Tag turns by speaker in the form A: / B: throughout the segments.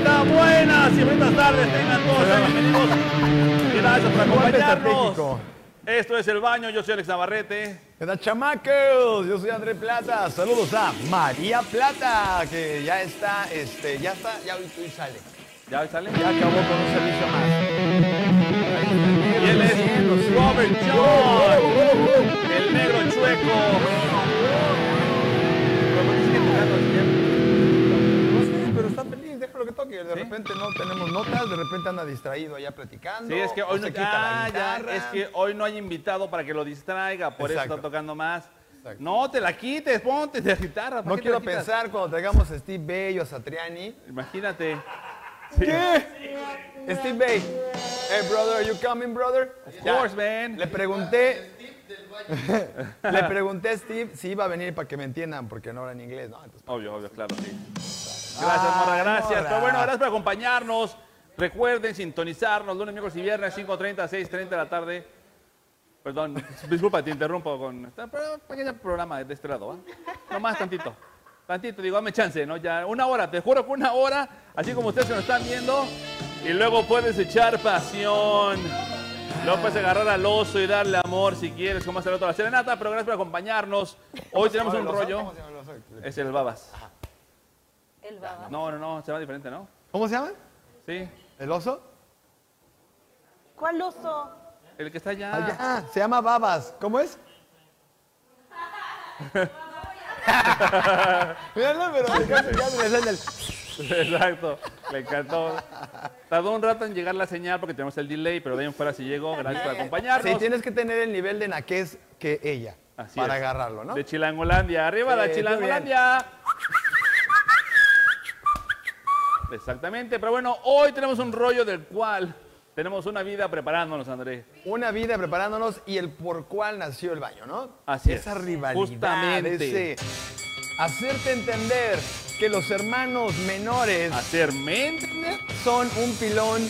A: buenas y buenas tardes tengan todos. Bienvenidos. Gracias por acompañarnos.
B: estratégico.
A: Esto es El Baño, yo soy Alex Navarrete.
B: ¿Qué tal, chamacos? Yo soy André Plata. Saludos a María Plata, que ya está, este, ya está, ya hoy hoy sale.
A: ¿Ya sale?
B: Ya acabó con un servicio más.
A: Y él es Robert John, el negro chueco.
B: No sé, pero está feliz, déjalo que toque. De
A: ¿Sí?
B: repente no tenemos notas, de repente anda distraído allá platicando.
A: Sí, es que
B: o
A: hoy no,
B: se quita la
A: Ah, ya,
B: guitarra.
A: es que hoy no hay invitado para que lo distraiga, por eso
B: Exacto.
A: está tocando más.
B: Exacto.
A: No, te la quites, ponte de guitarra. ¿para
B: No
A: qué te
B: quiero
A: la quitas?
B: pensar cuando traigamos a Steve Bello, a Satriani.
A: Imagínate.
B: ¿Qué? Steve Bay. Hey, brother, are you coming, brother? Of
A: course, man.
B: Le pregunté. le pregunté a Steve si iba a venir para que me entiendan, porque no hablan inglés, ¿no? Entonces,
A: Obvio, obvio, claro, sí. Gracias, Morra, gracias.
B: Morra.
A: Pero bueno, gracias por acompañarnos. Recuerden sintonizarnos lunes, miércoles y viernes, 5.30, 6.30 de la tarde. Perdón, disculpa, te interrumpo con... Está- Pero pequeño programa de este lado, ¿va? Nomás tantito. Tantito, digo, dame chance, ¿no? Ya una hora, te juro que una hora, así como ustedes se nos están viendo. Y luego puedes echar pasión. Luego puedes agarrar al oso y darle amor si quieres, como hace el otro la serenata. Pero gracias por acompañarnos. Hoy tenemos un
B: ¿cómo se llama
A: rollo.
B: los- cómo se llaman los-
A: Es el babas.
C: El baba.
A: No, no, no, se llama diferente, ¿no?
B: ¿Cómo se llama?
A: Sí.
B: ¿El oso?
C: ¿Cuál oso?
A: El que está allá.
B: Allá. Ah, se llama Babas. ¿Cómo es? Míralo, pero casi, casi le sale el-
A: Exacto. Le encantó. Tardó un rato en llegar la señal porque tenemos el delay, pero de ahí en fuera sí llegó. Gracias por acompañarnos.
B: Sí, tienes que tener el nivel de naquez que ella
A: Así
B: para
A: es.
B: agarrarlo, ¿no?
A: De Chilangolandia. Arriba
B: Sí,
A: la
B: muy
A: Chilangolandia. Exactamente. Pero bueno, hoy tenemos un rollo del cual tenemos una vida preparándonos, Andrés.
B: Una vida preparándonos y el por cuál nació el baño, ¿no?
A: Así
B: Esa
A: es.
B: rivalidad,
A: Justamente.
B: ese hacerte entender que los hermanos menores
A: Hacer mente.
B: son un pilón,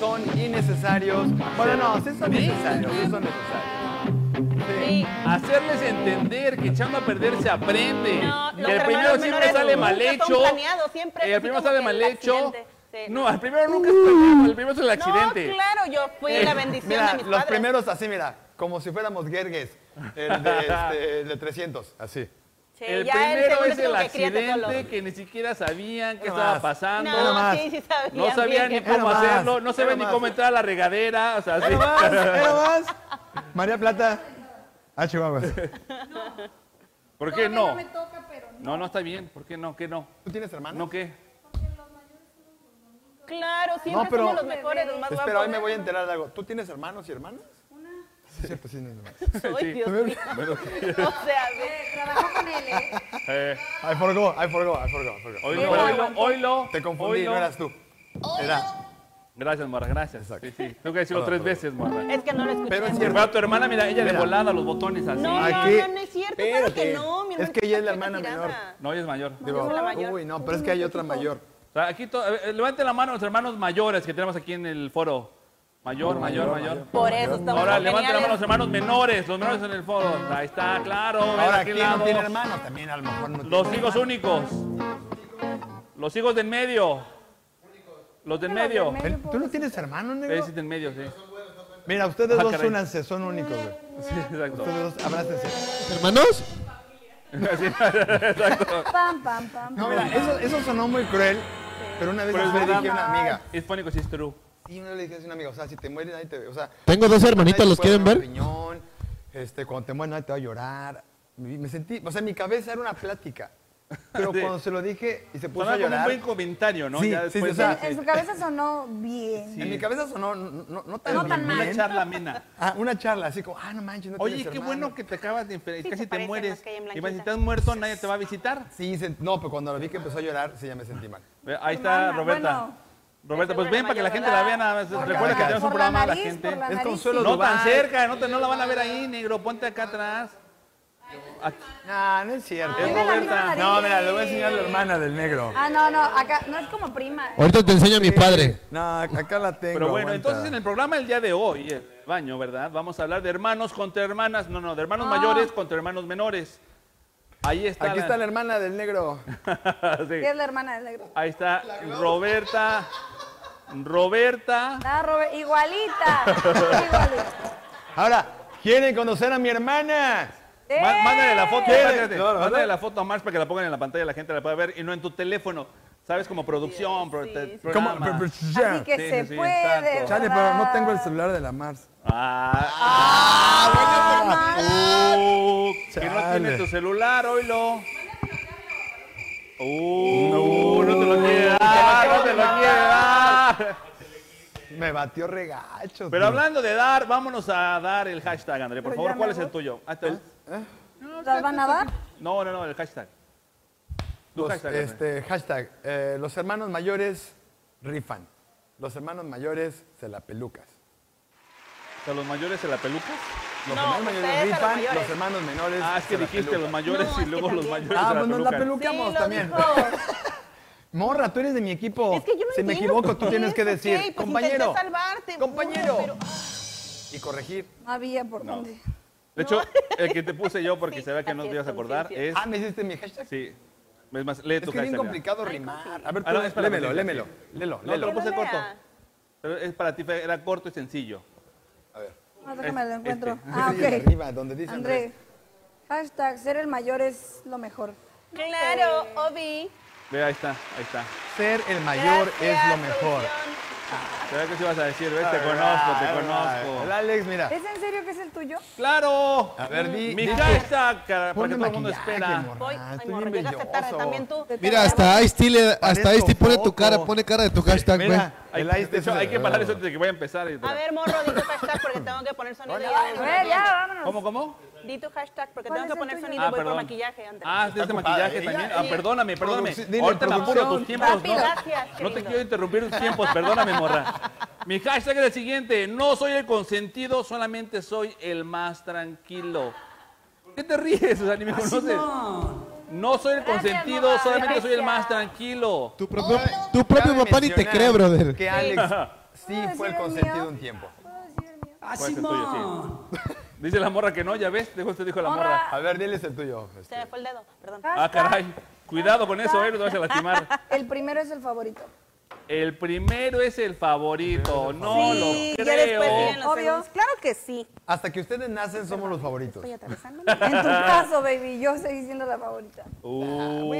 B: son innecesarios. Bueno, no, sí son necesarios, sí son necesarios. Sí.
C: Sí.
A: Hacerles entender que echando a perder se aprende.
C: No, los
A: que el primero
C: hermanos
A: siempre
C: menores
A: sale
C: nunca
A: mal
C: son
A: hecho.
C: planeados, siempre
A: Eh,
C: así
A: el primero
C: como
A: sale
C: que
A: mal
C: el
A: hecho.
C: accidente, sí.
A: No, el primero nunca es planeado, el primero es el
C: No,
A: accidente.
C: claro, yo fui la bendición
B: Eh, Mira,
C: de mis
B: los
C: padres.
B: primeros así, mira, como si fuéramos Gerges, el de, este, el de 300, así.
C: Sí,
A: El
C: ya
A: primero
C: segundo
A: es el
C: como que críate
A: accidente
C: solo.
A: que ni siquiera sabían qué
B: Nada
A: estaba
B: más.
A: pasando.
B: Nada
C: No,
B: más.
C: sí, sí sabían.
A: No sabían ni
C: bien que-
A: cómo
B: Nada más.
A: hacerlo, no sabían ni
B: Nada
A: cómo
B: más.
A: entrar a la regadera, o sea, sí.
B: Era más, era más. María Plata. Ah, Chihuahua.
A: ¿Por qué
D: Todavía
A: no?
D: me toca, pero no.
A: No, no está bien, ¿por qué no? ¿Qué no?
B: ¿Tú tienes hermanos?
A: ¿No qué?
C: Claro, siempre
B: No, pero-
C: somos los mejores, los más
B: Espera,
C: guapos.
B: hoy me voy a enterar de algo. ¿Tú tienes hermanos y hermanas? Una. Sí, cierto, sí, no, no.
C: Ay,
A: Sí.
C: Dios mío. O sea, ve.
D: Eh, trabajo con él, ¿eh?
A: Eh,
B: I forgot, I forgot, I forgot, I forgot.
A: hoy
B: No,
A: lo,
B: no,
A: hoy lo, hoy lo.
B: Te confundí,
A: hoy lo.
B: no eras tú. Era.
A: Gracias, Mora, gracias.
B: Exacto.
A: Sí, sí. Tengo que decirlo tres veces, Mora.
C: es que no lo escuché.
B: Pero es
A: Pero
B: cierto.
A: para tu hermana, mira, ella de volada los botones así.
C: No, no,
B: Aquí-
C: no, no es cierto, claro que
B: espérate.
C: no. Mi
B: Es
C: hermana
B: que ella es la
C: está
B: hermana
C: retirada.
B: menor.
A: No, ella es mayor. O
B: Digo,
C: es la mayor.
B: uy, no, pero es que hay otra mayor.
A: sea, aquí to- eh, eh, levanten la mano los hermanos mayores que tenemos aquí en el foro. Mayor, mayor, mayor.
C: Por eso estamos
A: Ahora
C: tan
A: levanten la mano los
C: geniales.
A: hermanos menores, los menores en el foro. Ahí está, claro. ven
B: Ahora,
A: a qué
B: ¿quién
A: lado.
B: no tiene hermanos? También a lo mejor no tiene
A: Los hijos únicos. Los hijos del medio. Los del medio.
B: Ven, ¿Tú no tienes hermanos,
A: Eh,
B: negro?
A: sí, del medio, sí.
B: Mira, ustedes
A: Ah,
B: dos
A: caray.
B: únanse, son únicos, güey.
A: Sí, exacto.
B: Ustedes dos abrácense.
E: hermanos.
D: Pam, pam, pam.
B: No, mira, eso, eso sonó muy cruel, pero una vez
A: Pero es
B: le
A: verdad.
B: dije a una amiga.
A: Es fónico, sí, es true.
B: Y una vez le dije a una amiga, o sea, si te mueres nadie te ve. O sea,
E: Tengo dos hermanitas,
B: Nadie
E: ¿los
B: te puede
E: quieren
B: dar
E: ver?
B: una opinión, este, cuando te mueras nadie te va a llorar. Me me sentí, o sea, en mi cabeza era una plática. Pero
A: Sí.
B: cuando se lo dije y se puso
A: Sonaba
B: a
A: como un
B: llorar,
A: buen comentario, ¿no?
B: Sí, sí,
A: después
B: sí, o sea,
A: de-
D: En su cabeza sonó bien.
A: Ah, Sí.
B: en mi cabeza sonó no, no, no tan,
D: No tan
B: bien.
A: Una charla amena.
B: Ah, una charla, así como, ah, no manches, no
A: Oye,
B: tienes
A: qué
B: hermano.
A: bueno que te acabas de enfermar,
C: Sí,
A: casi
C: se
A: te
C: parecen
A: mueres.
C: las que hay en
A: Y más, si
C: Blanquita.
A: estás muerto, nadie te va a visitar.
B: Sí, se- no, pero cuando lo vi que empezó a llorar, sí, ya me sentí mal.
A: Ve, Eh, Ahí está
D: Hermana,
A: Roberta.
D: bueno. Este
A: Roberta,
C: Es
A: pues
C: hermana
A: ven para que la
C: mayor,
A: gente la vea
C: ¿verdad?
A: nada más.
D: Por
A: Recuerda
D: la-
A: que tenemos un
D: por la
A: programa a la
D: nariz,
A: gente.
D: por la
B: Es
D: nariz,
B: consuelo
D: sí.
A: No tan
B: Dubái.
A: cerca, no, te, no la van a ver ahí, negro. Ponte acá atrás. Aquí.
B: No, no es cierto.
A: Es
D: Tiene la misma
A: Roberta.
D: nariz
B: No,
D: de-
B: mira, le voy a enseñar a la hermana del negro.
D: Ah, no, no, acá no es como prima. eh.
E: Ahorita te enseño a mi padre.
B: No, acá la tengo.
A: Pero bueno,
B: aguanta.
A: entonces en el programa del día de hoy, eh, el baño, ¿verdad? Vamos a hablar de hermanos contra hermanas. No, no, de hermanos
D: Ah.
A: mayores contra hermanos menores. Ahí está.
B: Aquí
A: la-
B: está la hermana del negro.
D: Sí,
A: Sí.
D: es la hermana del negro.
A: Ahí está Roberta. Roberta.
D: Ah, Robert, igualita. igualita.
B: Ahora, ¿quieren conocer a mi hermana?
D: ¡Eh!
A: Má- Mándale la foto, espérate,
B: No, no,
A: mándale
B: no.
A: la foto a Marsh para que la pongan en la pantalla, la gente la pueda ver y no en tu teléfono. ¿Sabes? Como producción, pro-
C: sí,
A: te-
C: sí.
F: ¿Cómo?
A: programa.
F: Pero- pero-
D: Así
F: ya.
D: que
A: Sí,
D: se
A: sí, sí,
D: puede.
A: exacto.
F: Chale, pero no tengo el celular de la Mars.
A: Ah, uh, que no tiene
F: Chale.
A: tu celular, oílo. Uh, no te lo quiere dar, no te lo quiere dar.
B: Me batió regacho.
A: Pero
B: tío.
A: hablando de dar, vámonos a dar el hashtag, André. Por
D: Pero
A: favor,
D: ya
A: ¿cuál
D: me
A: es el
D: voy.
A: tuyo? Ah, te-
D: ¿Las van a dar?
A: No, no, no, el hashtag. Tu
B: Los,
A: hashtag. André.
B: este, hashtag, eh, los hermanos mayores rifan. Los hermanos mayores se la pelucas.
A: O sea, los mayores en la peluca.
B: Los
C: No, pues
B: hermanos
C: ustedes
B: mayores
C: a los
B: rifan, los,
C: mayores.
B: hermanos menores.
A: Ah, es que
B: se la
A: dijiste
B: pelucan.
A: los mayores
C: No,
A: y
C: es que
A: luego los
C: también.
A: mayores
B: Ah,
A: se la
B: pues nos la
A: pelucan.
B: pelucamos
C: Sí, lo
B: también.
C: dijo.
B: Morra, tú eres de mi equipo.
C: Es que yo no
B: si me
C: entiendo
B: equivoco,
C: por
B: tú
C: qué
B: tienes que
C: eso,
B: decir,
C: ok, pues
B: compañero,
C: intenté salvarte,
B: compañero,
C: burro,
B: y corregir.
D: No había por dónde.
A: De hecho, el que te puse yo porque
C: Sí,
A: se ve que no
C: así
A: te
C: es,
A: ibas a acordar es.
B: Ah, ¿me hiciste mi hashtag?
A: Sí. Es más, lee
B: Es
A: tu
B: que es bien
A: hashtag. mira.
B: complicado rimar. A ver,
A: Ah, no,
B: tú,
A: es para
B: lémelo,
A: ti.
B: lémelo, léelo,
A: No, te lo
B: léelo.
C: pero-
A: puse
C: lea.
A: corto. Pero es para ti, fue- era corto y sencillo.
B: A ver.
D: No, déjame lo
A: Este,
D: encuentro.
A: este.
D: Ah,
B: Sí,
D: ok.
B: Arriba, donde dice
D: André,
B: Andrés.
D: hashtag ser el mayor es lo mejor.
C: Claro, Obi.
A: Ve, ahí está, ahí está.
B: Ser el mayor es lo
C: Gracias,
B: mejor.
C: producción.
A: Se ve que sí vas a decir, ves, te conozco, te
B: Ah,
A: conozco.
B: El Alex,
C: Eh,
B: mira.
D: ¿Es en serio que es el tuyo?
A: Ah, ¡Claro!
B: A ver, di-
A: Mi
B: di-
A: hashtag, cara, para
B: Ponme
A: que todo el mundo
B: maquillaje,
A: espera.
B: morra.
C: Voy,
B: Ah,
C: ay,
B: estoy
C: morro,
B: bien
C: llegaste tarde
B: belloso.
C: también tú.
E: Mira, hasta ahí sí le, hasta ahí sí pone tu
B: foto.
E: cara, pone cara de tu hashtag, güey.
B: Mira,
A: Hay,
B: el Alex
A: de hecho,
B: es-
A: hay que parar eso antes de que voy a empezar. y-
C: A ver, morro, di tu hashtag porque tengo que poner sonido.
D: A ver, ya, vámonos.
A: ¿Cómo, cómo?
C: Di tu hashtag porque tengo que
D: ¿Cuál es el
C: poner
D: tuyo?
C: sonido y voy por maquillaje, Andrés.
A: Ah, ¿es de este maquillaje
B: ocupada.
A: también.
B: Ella-
A: Ah, perdóname, perdóname.
B: Produc- dile,
A: Ahorita me apuro
B: producción.
A: tus tiempos.
C: Rápido.
A: No,
C: Gracias,
A: no te
C: querido.
A: quiero interrumpir tus tiempos, perdóname, morra. Mi hashtag es el siguiente. No soy el consentido, solamente soy el más tranquilo. ¿Qué te ríes? O sea, ni me conoces. No soy el
D: Ah, Gracias,
A: consentido,
D: morra.
A: solamente soy el más
D: Gracias.
A: tranquilo.
E: Tu propio, tu propio
B: Cabe
E: papá ni te
B: mencionar
E: cree, brother.
B: Que Alex sí fue el
D: ¿Puedo decir el
B: consentido
D: mío?
B: un tiempo.
D: ¿Puedo decir el mío?
A: ¿Cuál es el tuyo? Sí. Dice la morra que no, ya ves, dijo usted dijo la
D: Morra.
A: morra.
B: A ver, diles el tuyo.
C: Se me fue el dedo, perdón.
A: Ah,
D: Hashtag,
A: caray. Cuidado con eso, eh, no te vas a lastimar.
D: El primero es el favorito.
A: El primero es el favorito. No
C: Sí,
A: lo
C: ya después
A: creo.
C: vienen los
D: Obvio.
C: segundos. Claro que sí.
B: Hasta que ustedes nacen somos los favoritos.
C: Estoy atravesándome.
D: En tu caso, baby, yo seguí siendo la favorita.
A: Uh,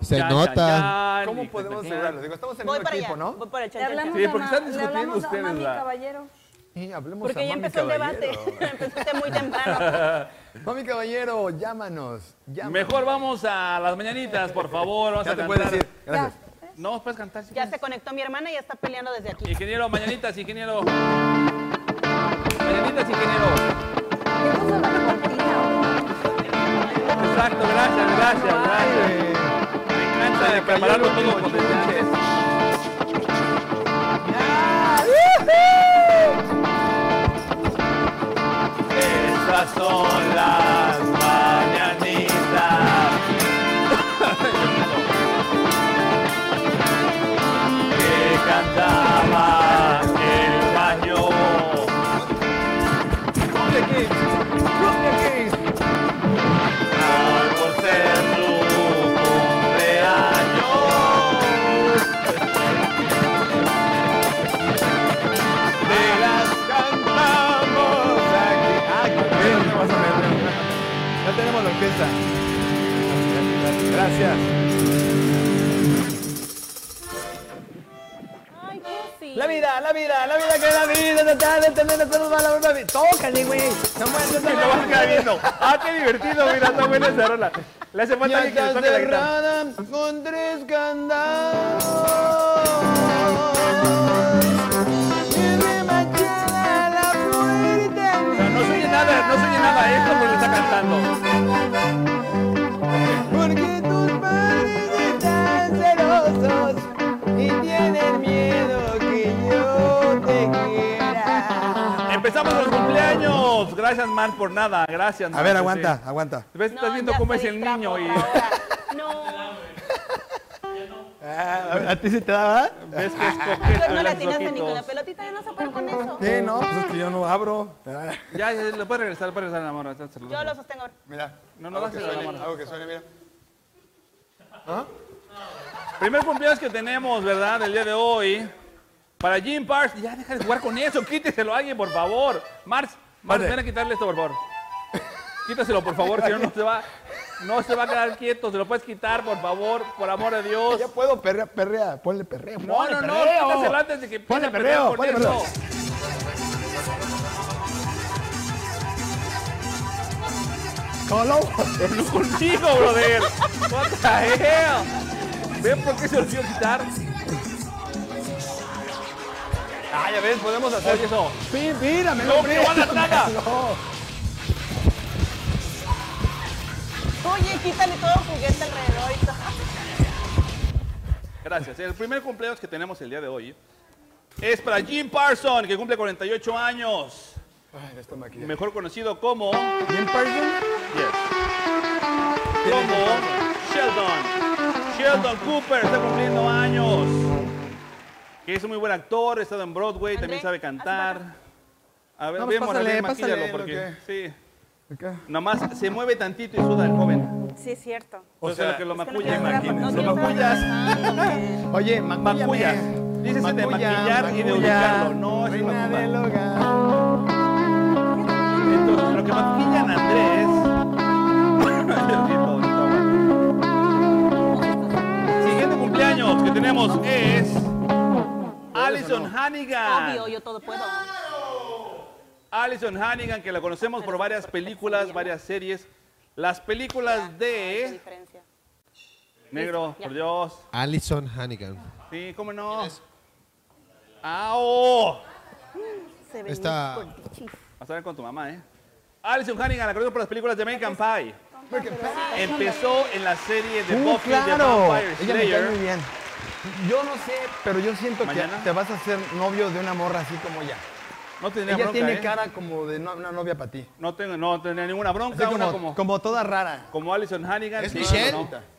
E: Se
A: chan,
E: nota.
A: chan, chan, y
B: ¿Cómo
A: que
B: podemos
A: te-
B: lograrlo? Digo, estamos en el
C: Voy
B: mismo
C: para
B: equipo,
C: allá.
B: ¿no?
C: Voy para el
D: Le
C: chan, chan,
D: hablamos
C: chan.
A: Sí, porque
D: a, ma-
A: están
D: le
A: discutiendo
D: hablamos a
A: ustedes,
D: Mami
A: ¿verdad?
D: Caballero.
B: Sí, hablemos Pues, a
C: Porque ya
B: Mami
C: empezó el debate.
B: Caballero.
C: Empezaste muy temprano.
B: Mami Caballero, llámanos. llámanos.
A: Mejor vamos a las mañanitas, por favor. Vamos
B: Ya
A: a
B: te
A: cantar.
B: puedes decir.
D: Ya.
B: Gracias.
A: No, puedes cantar. si
C: Ya
A: quieres.
C: se conectó mi hermana y ya está peleando desde aquí.
A: Ingeniero, mañanitas, ingeniero. Mañanitas, ingeniero.
D: ¿Qué puso la cortina?
A: Exacto, gracias, gracias, gracias.
B: Eh,
A: Me encanta de
B: se cayó el
A: prepararlo todo
B: último
A: con
B: chiste.
A: detalle. Estas son las mañanitas. que cantaba el baño. Por por ser tu cumpleaños. Te las cantamos aquí.
B: Ah, qué bueno, no vas a ver. Ya tenemos la orquesta. Gracias.
C: Ay, qué sí.
B: La vida, la vida, la vida que la vida, ta, ta, ta, ta, ta, ta, ta, la vida. Tócale, güey. No
A: Y
B: muerdes
A: lo vas a quedar viendo. Ah, qué divertido, mira, está buena esa rola. Le hace falta alguien que le
B: Está
A: toque la guitarra.
B: cerrada con tres candados. Y remachada la
A: O
B: puerta.
A: sea, No se oye nada, no se oye nada esto porque está cantando.
B: Porque tus padres están celosos y tienen miedo que yo te quiera.
A: Empezamos los cumpleaños. Gracias, Mar, por nada. Gracias,
F: A
A: Mar,
F: ver,
A: sí,
F: aguanta,
A: sí.
F: aguanta.
A: ¿Ves? Estás viendo
C: ya
A: cómo
C: se
A: es el
C: distrajo
A: niño y
C: otra hora. No,
B: ¿A ti se te daba?
A: ves que es
C: tú
A: coqueto
C: no
A: en
C: le
A: los
C: atinaste ni con la
A: ojitos.
C: pelotita, ya no se puede poner. eso.
F: ¿Qué, no? Pues es que yo no abro.
A: Ya, ya, lo puedes regresar, lo puedes regresar a la morra. ya se lo-
C: Yo lo sostengo.
B: Mira.
A: No, no,
B: Algo que
A: dáselo a la
B: suene,
A: mano.
B: Algo que suene, mira.
A: Primer cumpleaños que tenemos, ¿verdad? El día de hoy. Para Jim Pars. Ya, deja de jugar con eso. Quíteselo a alguien, por favor. Mars, Mars,
F: Vale.
A: ven a quitarle esto, por favor. Quítaselo, por favor, si no, no se va... No se va a quedar quieto. Se lo puedes quitar, por favor. Por amor de Dios.
B: Ya puedo perrea, perrea. Ponle perreo.
A: No, no, no. Quítaselo antes de que empiece
B: Ponle
A: a pelear
B: perreo,
A: con
B: ponle perreo.
A: eso. No contigo, brother. What the hell? ¿Ven por qué se lo quiero quitar?
B: Ah, ya ves, podemos hacer
A: Oye, eso.
B: Mírame,
A: ¡No, que va la traga!
C: Oye, quítale todo el juguete alrededor y todo.
A: Gracias. El primer cumpleaños que tenemos el día de hoy es para Jim Parson, que cumple 48 años,
B: Ay, esta maquillaje.
A: mejor conocido como, yes,
F: ¿Bien, Parson?
A: como Sheldon. Sheldon Cooper está cumpliendo años. Que es un muy buen actor, ha estado en Broadway, también sabe
C: André, haz
A: cantar. A ver,
F: No, pues
A: bien, Morales,
F: pásale,
A: maquíllalo,
F: pásale,
A: porque
F: lo
A: sí.
F: Acá.
A: Nomás se mueve tantito y suda el joven.
C: Sí, es cierto.
A: O sea, lo que lo
C: Es que no
A: maculla,
C: quiero estar-
A: imagínate.
C: no
A: Lo
C: quiero estar
A: macullas.
C: trabajando, güey.
B: Oye, macullame.
A: Macullas. Dícese de
B: Maculla,
A: maquillar y de
B: maculla,
A: ubicarlo. No, es
B: reina
A: maculla.
B: del hogar.
A: Entonces, lo que maquillan a Andrés. Bien bonito, güey. Siguiente cumpleaños que tenemos es. Alison Hannigan.
C: Obvio, yo todo puedo.
A: Alison Hannigan, que la conocemos por varias películas, varias series. Las películas
C: Qué
A: de.
C: diferencia.
A: Negro, por Dios.
E: Allison Hannigan.
A: Sí, cómo no. Ah, oh. ¡Ao!
C: Se ve
E: Esta-
C: muy cortichi.
A: Vas a ver con tu mamá, ¿eh? Alison Hannigan, la conozco por las películas de American Pie. Empezó en la serie de
B: Uh,
A: Buffy
B: claro.
A: de Vampire
B: Ella me cae muy
A: Slayer.
B: bien. Yo no sé, pero yo siento
A: ¿Mañana?
B: que te vas a hacer novio de una morra así como ella.
A: No tenía
B: Ella
A: bronca,
B: tiene
A: ¿eh?
B: cara como de no- una novia para ti.
A: No, tengo, no tenía ninguna
B: Así
A: bronca, una
B: como,
A: como, como,
B: como toda rara.
A: Alison Hannigan.
E: ¿Es
A: sí,
E: Michelle?
A: no, no.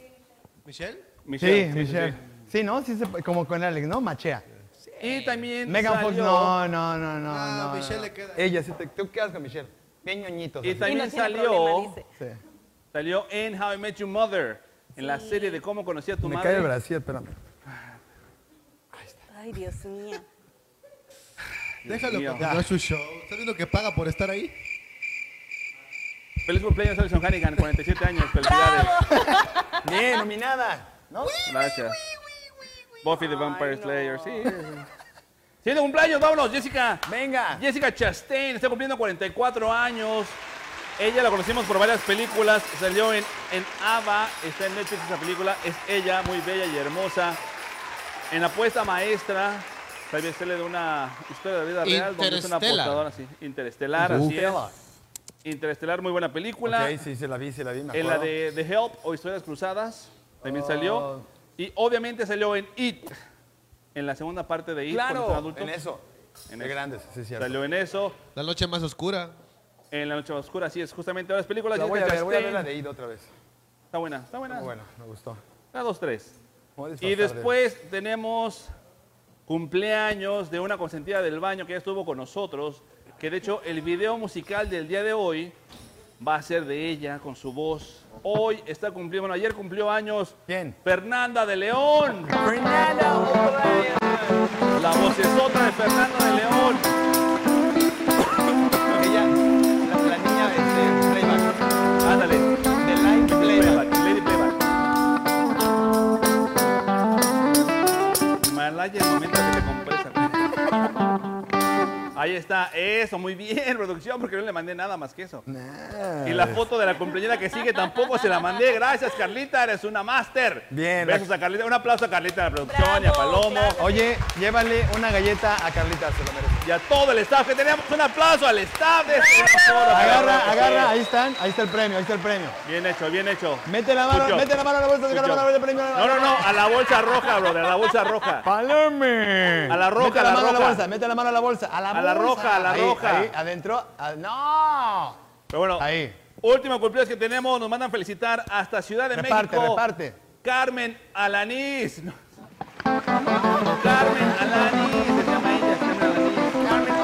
E: ¿Michelle?
A: Michelle, sí, sí,
B: Sí, Sí, ¿no? Sí, se- como con Alex, ¿no? Machea.
A: sí. Y también
B: Megan Fox,
A: salió, Ah,
B: no, no, no, no.
E: No,
B: no,
E: Michelle
B: no.
E: le queda.
B: Ella, sí, te, tú quedas con Michelle. Bien ñoñitos.
A: Y
B: así.
C: Y no
A: también
C: tiene problema,
A: salió,
C: dice.
B: Sí.
A: salió en How I Met Your Mother, en la serie de Cómo Conocí a tu
F: Me
A: Madre.
F: cae el brasier, espérame.
C: Ay, Dios mío.
E: Déjalo
A: mío.
E: continuar su show. ¿Sabes lo que paga por estar ahí?
A: Feliz cumpleaños, Alison Hannigan, 47 años. Felicidades.
B: Bien, nominada. ¿No?
A: Gracias. Buffy the Vampire Slayer, sí. Sí, de cumpleaños, vámonos, Jessica.
B: Venga.
A: Jessica Chastain está cumpliendo 44 años. Ella la conocimos por varias películas. Salió en, en Ava, está en Netflix esa película. Es ella, muy bella y hermosa. En Apuesta Maestra, tal vez sale de una historia de la vida real donde es una
E: Interestelar.
A: apostadora así. Interestelar,
E: Uh.
A: así es. Interestelar, muy buena película.
B: Ok, sí, se la vi, se la vi, me
A: En la
B: acuerdo. Ah.
A: de The Help o Historias Cruzadas también salió. Y obviamente salió en It, en la segunda parte de It. cuando son
B: Claro,
A: adultos.
B: en eso.
A: En
B: En de
A: eso.
B: grandes, sí, es cierto.
A: Salió en eso.
E: La noche más oscura.
A: En La Noche Oscura, así es. Justamente ahora las películas.
B: La voy a
A: Jessica
B: ver, voy a ver
A: Chastain.
B: la de Ida otra vez.
A: Está buena, está buena.
B: Muy buena, me gustó.
A: Está dos, tres.
B: Me voy a disfrazar
A: Y
B: de-
A: después tenemos cumpleaños de una consentida del baño que ya estuvo con nosotros, que de hecho el video musical del día de hoy va a ser de ella con su voz. Hoy está cumpliendo, bueno, ayer cumplió años
B: ¿Quién?
A: Fernanda de León.
B: Ella,
A: La voz es otra de Fernanda de León.
B: la, la niña es playback.
A: Ándale.
B: De live
A: Playback,
B: playback.
A: Lady Playback. Malaya, el momento que te compré esa cosa. Ahí está, eso, muy bien, producción, porque no le mandé nada más que eso. Y la foto de la compañera que sigue tampoco se la mandé. Gracias, Carlita, eres una máster.
B: Bien,
A: Besos a Carlita, un aplauso a Carlita, a la producción y a
C: Bravo,
A: Palomo
C: claro.
B: Oye, llévale una galleta a Carlita, se lo merece.
A: y a todo el staff que tenemos. Un aplauso al staff de este programa.
B: Agarra, agarra, ahí están, ahí está el premio, ahí está el premio.
A: Bien hecho, bien hecho.
B: Mete la mano,
A: Fucho.
B: mete la mano a la bolsa, saca la mano a ver el premio.
A: No, no, no, a la bolsa roja, brother, a la bolsa roja.
B: ¡Palome!
A: A la roja,
B: mete
A: a la
B: mano a la
A: roja.
B: bolsa, mete la mano a la bolsa, a la
A: A la
B: bolsa.
A: roja, a la
B: Ahí,
A: roja.
B: Ahí, adentro, a- no.
A: Pero bueno,
B: Ahí.
A: último cumpleaños que tenemos, nos mandan felicitar hasta Ciudad de
B: Reparte,
A: México.
B: reparte.
A: Carmen Alanís. No. Carmen Alanís, se llama ella, Carmen Alanís.
B: Carmen,